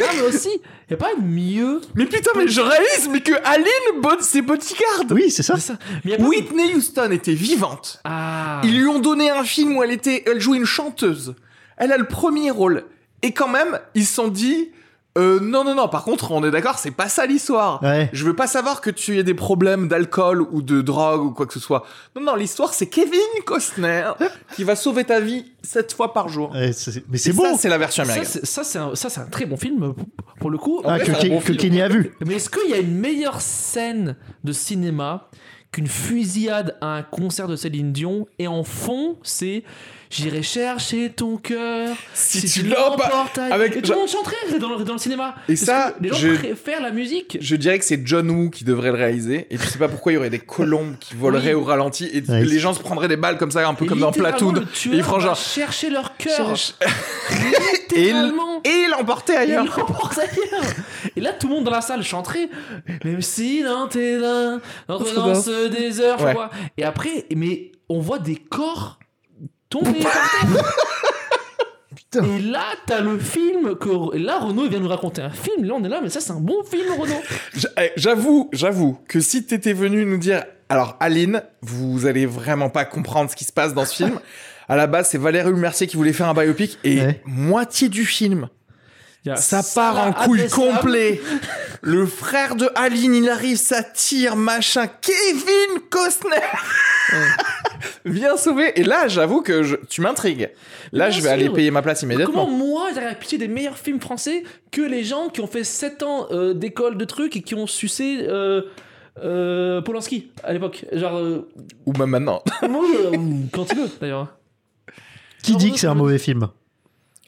B: Non, mais aussi, il n'y a pas mieux.
A: Mais putain, mais je réalise, mais que Aline, bod- c'est bodyguard.
C: Oui, c'est ça.
B: que ça. Mais y a pas-
A: Whitney Houston était vivante.
B: Eh ben Ah.
A: Ils lui ont donné un film où elle était, elle jouait une chanteuse. Elle a le premier rôle. Et quand même, ils se sont dit, euh, non, non, non. Par contre, on est d'accord, c'est pas ça
B: Ah.
A: l'histoire.
C: Ouais.
A: Je veux pas savoir que tu aies des problèmes d'alcool ou de drogue ou quoi que ce soit. Non, non, l'histoire, c'est Kevin Costner qui va sauver ta vie 7 fois par jour.
C: Ouais, c'est- mais
A: Et
C: c'est beau
A: Ça, c'est la version
B: Ça,
A: américaine.
B: c'est- Ça, c'est un, ça, c'est un très bon film p- pour le coup.
C: Ah,
A: vrai,
C: que,
A: c'est un bon
C: que
A: film.
C: Kenny a vu.
B: Mais est-ce qu'il y a une meilleure scène de cinéma qu'une fusillade à un concert de Céline Dion et en fond, c'est J'irai chercher ton cœur
A: Si tu l'emportes avec-
B: avec. tout le monde chanterait dans le, dans le cinéma.
A: Et
B: Parce
A: ça,
B: que les gens
A: je-
B: préfèrent la musique.
A: Je dirais que c'est John Woo qui devrait le réaliser. Et je sais pas pourquoi il y aurait des colombes qui voleraient
B: Oui.
A: au ralenti et
C: Ouais.
A: les gens se prendraient des balles comme ça, un peu
B: Et
A: comme dans
B: littéralement,
A: Platoon.
B: le
A: et ils
B: tueur
A: feront
B: va
A: genre.
B: chercher leur cœur.
A: Et il-
B: Littéralement.
A: et l'emporter
B: Et
A: ailleurs.
B: il l'emporte ailleurs. Et là, tout le monde dans la salle chanterait. Même si dans tes mains, entre dans ce désert, je
A: Oh, Ouais.
B: vois. Et après, mais on voit des corps tomber
A: (laughs)
B: par terre.
C: Putain.
B: Et là, t'as le film que. et là, Renaud il vient nous raconter un film. Là, on est là, mais ça, c'est un bon film, Renaud.
A: J- eh, J'avoue, j'avoue que si t'étais venu nous dire, alors Aline, vous allez vraiment pas comprendre ce qui se passe dans ce
C: (laughs)
A: film. À la base, c'est Valérie Mercier qui voulait faire un biopic et
C: Ouais. Ah,
A: moitié du film, ça part en couille complet. (laughs) Le frère de Aline, il arrive, ça tire, machin. Kevin Costner (laughs) vient sauver. Et là, j'avoue que je- tu m'intrigues. Là,
B: Bien
A: je vais aller
B: sûr.
A: payer ma place
B: Comment
A: immédiatement.
B: moi j'arrive à pitcher des meilleurs films français que les gens qui ont fait 7 ans euh, d'école de trucs et qui ont sucé euh, euh, Polanski à l'époque. Genre, euh,
A: Ou même maintenant.
B: moi, euh, (laughs) quand il veut d'ailleurs.
C: Qui dit que c'est un mauvais film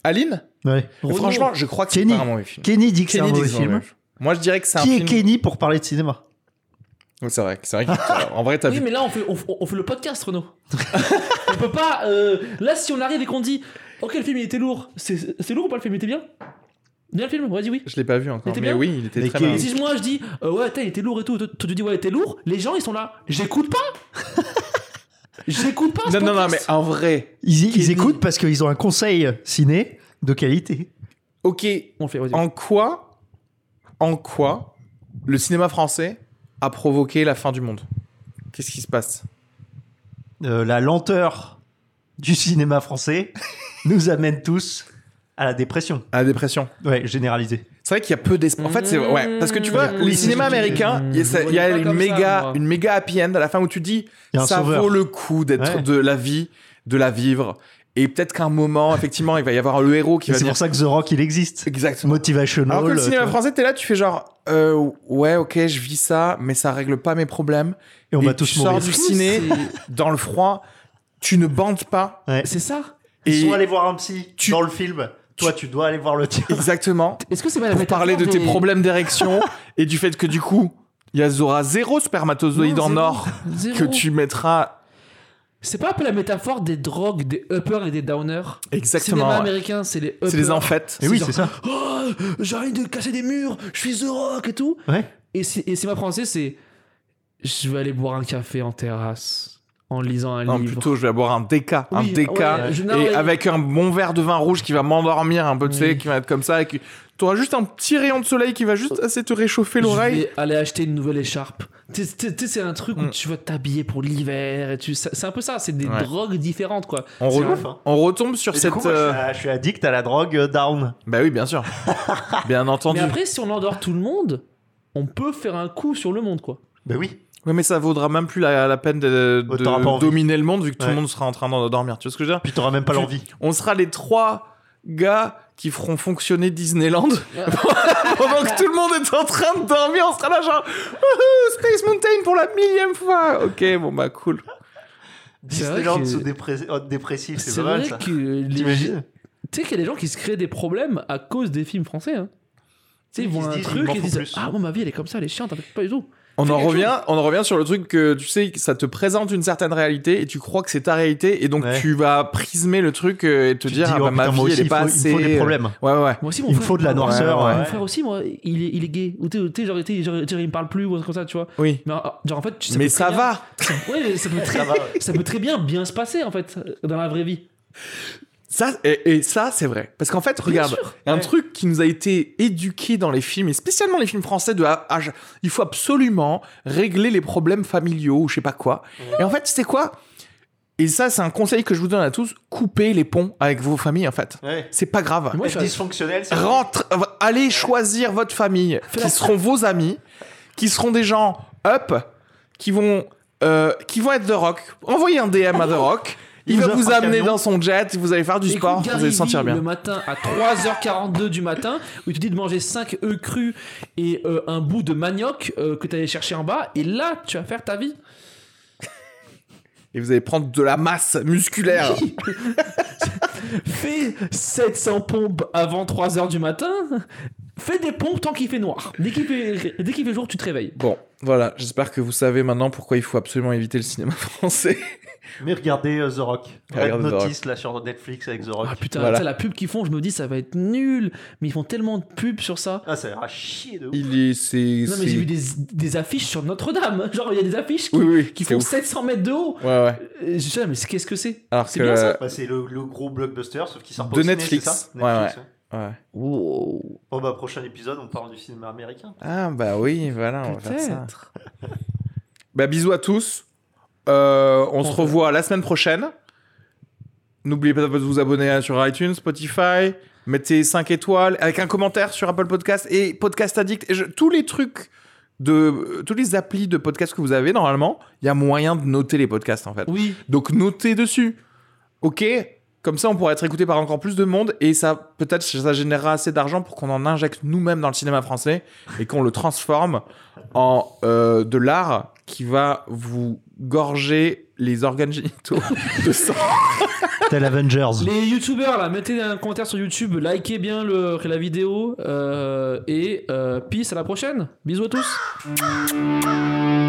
A: Aline
C: Ouais.
B: Renaud.
A: Franchement, je crois que c'est
C: Kenny.
A: pas un mauvais film.
C: Kenny dit que c'est un
A: Kenny dit que
C: mauvais
A: c'est un
C: film.
A: mauvais film. Moi, je dirais que c'est un
C: Qui est
A: film.
C: Kenny pour parler de cinéma
A: Oui, c'est vrai, c'est vrai. que- euh, en vrai, t'as
B: Oui,
A: vu.
B: mais là, on fait, on, on fait le podcast,
A: (laughs)
B: Renaud. on peut pas. euh, là, si on arrive et qu'on dit Oh, quel film il était lourd C'est c'est lourd ou pas le film Il était bien Bien le film Ouais, dis oui.
A: Je l'ai pas vu
B: Il
A: encore.
B: était
A: Mais
B: bien
A: oui, il était
C: Mais
A: très
C: qui-
A: bien.
B: Et si moi je dis euh, Ouais, attends, il était lourd et tout, toi toi, tu dis Ouais, il était lourd, les gens ils sont là. J'écoute pas J'écoute pas ce
A: Non, non, non, mais
B: podcast.
A: en vrai.
C: Ils, ils
B: Kenny.
C: écoutent parce qu'ils ont un conseil ciné de qualité.
A: Ok,
B: On fait, vas-y.
A: en quoi. En quoi le cinéma français a provoqué la fin du monde Qu'est-ce qui se passe
C: Euh, la lenteur du
A: (laughs)
C: cinéma français nous amène tous à la dépression.
A: À la dépression.
C: Ouais, généralisée.
A: C'est vrai qu'il y a peu d'espoir. En fait, c'est ouais, parce que tu vois,
C: Mm.
B: Mmh.
A: les cinémas américains, il y a, ça-
B: Je
A: il y a
B: voyais pas
A: une
B: comme ça,
A: méga,
B: moi.
A: une méga happy end à la fin où tu dis,
C: Il y a un
A: ça
C: sauveur.
A: vaut le coup d'être
C: Ouais.
A: de la vie, de la vivre. Et peut-être qu'à un moment, effectivement, il va y avoir le héros qui
C: Et
A: va
C: C'est
A: dire.
C: pour ça que The Rock, il existe.
A: Exactement.
C: Motivational.
A: Alors que le
C: euh,
A: cinéma
C: tu vois.
A: français, t'es là, tu fais genre, euh, ouais, ok, je vis ça, mais ça règle pas mes problèmes.
C: Et on
A: Et
C: va
A: tu
C: tous
A: sors
C: mourir.
A: du ciné dans le froid, tu ne bandes pas.
C: Ouais.
B: C'est ça
A: Et
C: Ils sont allés voir un psy
A: Tu-
C: dans le film. Toi, tu dois aller voir le tien.
A: exactement.
B: Est-ce que c'est pas la
A: pour
B: métaphore
A: parler de
B: des-
A: tes problèmes d'érection et du fait que du coup, il y aura zéro spermatozoïde
B: Non,
A: en
B: zéro.
A: or
B: Zéro.
A: que tu mettras
B: C'est pas un peu la métaphore des drogues, des uppers et des downers
A: exactement.
B: Cinéma
A: ouais.
B: américain, c'est les uppers.
A: C'est les enfêtes.
C: Et oui,
B: genre-
C: c'est ça.
B: Oh, j'ai envie de casser des murs, je suis The Rock et tout.
C: Ouais.
B: Et c'est- et cinéma français, c'est je vais aller boire un café en terrasse en lisant un
A: Non,
B: livre.
A: Ah, plutôt, je vais boire un déca, un
B: Oui, ah
A: déca,
B: ouais, je- non,
A: et
B: ouais.
A: avec un bon verre de vin rouge qui va m'endormir un peu, tu sais,
B: Oui.
A: qui va être comme ça, et qui... t'auras juste un petit rayon de soleil qui va juste assez te réchauffer
B: Je
A: l'oreille.
B: vais aller acheter une nouvelle écharpe. Tu sais, tu sais, c'est un truc où
A: Mm.
B: tu vas t'habiller pour l'hiver. et tu- C'est c'est un peu ça, c'est des
A: Ouais.
B: drogues différentes, quoi.
A: On,
B: C'est
A: re-
B: ouf,
C: hein.
A: on retombe sur
C: Et du
A: cette.
C: coup, moi, je suis
A: euh,
C: à- je, suis addict à la drogue euh, down.
A: Bah oui, bien sûr,
C: (laughs)
A: bien entendu.
B: Mais après, si on endort tout le monde, on peut faire un coup sur le monde, quoi.
C: Ben oui.
A: Ouais, mais ça vaudra même plus la, la peine de,
C: Oh,
A: de
C: t'auras pas envie.
A: dominer le monde vu que tout le
C: Ouais.
A: monde sera en train d'en dormir. Tu vois ce que je veux dire
C: Puis t'auras même pas
A: Tu-
C: l'envie.
A: on sera les trois gars qui feront fonctionner
C: (laughs)
A: Disneyland (laughs) pendant que tout le monde est en train de dormir. On sera là genre Wouhou, Space Mountain pour la millième fois. Ok, bon bah cool.
B: C'est vrai
C: Disneyland
B: que-
C: sous dépré- oh, dépressif, c'est
B: C'est
C: pas mal
B: vrai
C: ça.
B: que les...
C: T'imagines
B: Tu sais qu'il y a des gens qui se créent des problèmes à cause des films français. Hein. Tu sais, ils
C: Ils
B: voient un
C: se disent,
B: truc
C: il m'en
B: et ils
C: faut
B: disent
C: plus.
B: Ah, moi, ma vie, elle est comme ça, elle est chiante, avec pas du tout.
A: On
B: Fais
A: en
B: quelque
A: revient, on en revient sur le truc que tu sais, que ça te présente une certaine réalité et tu crois que c'est ta réalité et donc
C: Ouais.
A: tu vas prismer le truc euh, et te
C: Tu
A: dire
C: dis,
A: ah,
C: oh,
A: bah, ma
C: putain, moi
A: vie
C: aussi,
A: elle est
C: il faut-
A: pas assez. euh,
C: Il me faut des problèmes.
A: Ouais ouais.
B: Moi aussi, mon
C: Il me
B: frère.
C: faut de la
B: moi,
C: noirceur.
A: ouais,
C: ouais.
B: Mon frère aussi, moi, il est, il est gay. Ou tu sais, tu sais, genre, tu sais, genre, genre, il me parle plus ou un truc comme ça, tu vois.
A: Oui.
B: Mais ah, genre, en fait, tu sais
A: Mais
B: que
A: ça
B: très
A: va.
B: bien- Ouais, mais ça peut très,
C: Ça va, ouais.
B: (laughs) ça peut très bien bien se passer, en fait, dans la vraie vie.
A: Ça et, et ça c'est vrai parce qu'en fait regarde
B: sûr.
A: un
B: Ouais.
A: truc qui nous a été éduqué dans les films et spécialement les films français de ah, ah, je- il faut absolument régler les problèmes familiaux ou je sais pas quoi et en fait c'est quoi et ça c'est un conseil que je vous donne à tous coupez les ponts avec vos familles en fait
C: Ouais.
A: c'est pas grave
B: Moi,
C: Être
B: je suis-
C: dysfonctionnel, c'est
A: rentre allez choisir votre famille qui seront vos amis qui seront des gens up qui vont euh, qui vont être The Rock envoyez un DM à The Rock il
C: Il
A: va
C: vous offre
A: vous
C: un
A: amener
C: camion.
A: dans son jet, vous allez faire du
B: Écoute,
A: sport, vous
B: Gary
A: allez vous sentir
B: Vee,
A: bien.
B: Le matin à 3h42 du matin, où il te dit de manger 5 œufs crus et euh, un bout de manioc euh, que tu allais chercher en bas, et là, tu vas faire ta vie.
A: Et vous allez prendre de la masse
B: (laughs)
A: musculaire.
B: Fais 700 pompes avant 3h du matin. Fais des pompes tant qu'il fait noir. Dès qu'il fait, dès qu'il fait jour, tu te réveilles.
A: bon, voilà, j'espère que vous savez maintenant pourquoi il faut absolument éviter le cinéma (laughs) français.
C: Mais regardez euh, The Rock.
A: Ah,
C: Red
A: regarde The
C: Notice là sur Netflix avec The Rock.
B: Ah putain,
A: Voilà.
B: ça, la pub qu'ils font, je me dis, ça va être nul. Mais ils font tellement de pubs sur ça.
C: Ah, ça ira chier de ouf.
A: Il est. C'est.
B: Non, mais
A: c'est-
B: j'ai vu des, des affiches sur Notre-Dame. (laughs) Genre, il y a des affiches qui,
A: Oui, oui,
B: qui
A: c'est
B: font
A: ouf.
B: 700 mètres de haut.
A: Ouais, ouais.
B: Euh, Je sais, mais c'est- qu'est-ce que c'est
A: Alors
B: C'est
A: que.
B: bien ça.
C: Bah, c'est le, le gros blockbuster, sauf qu'il sort pas
A: De
C: au ciné,
A: Netflix.
C: c'est ça
A: Ouais,
C: Netflix, ouais.
A: ouais.
B: Wow.
C: Bon, bah, prochain épisode, on parle du cinéma américain.
A: Ah, bah oui, voilà, on va faire ça.
B: Peut-être.
A: Bah, bisous à tous. Euh, on se
B: Enfin.
A: revoit la semaine prochaine. N'oubliez pas de vous abonner hein, sur iTunes, Spotify. Mettez 5 étoiles avec un commentaire sur Apple Podcast et Podcast Addict. Et je- tous les trucs de. Tous les applis de podcast que vous avez, normalement, il y a moyen de noter les podcasts en fait.
B: Oui.
A: Donc notez dessus. Ok Comme ça, on pourrait être écouté par encore plus de monde et ça, peut-être, ça générera assez d'argent pour qu'on en injecte nous-mêmes dans le cinéma français et qu'on le transforme en euh, de l'art qui va vous gorger les organes génitaux de sang.
C: Tel Avengers.
B: Les youtubeurs là, mettez un commentaire sur YouTube, likez bien le, la vidéo euh, et euh, peace à la prochaine. Bisous à tous.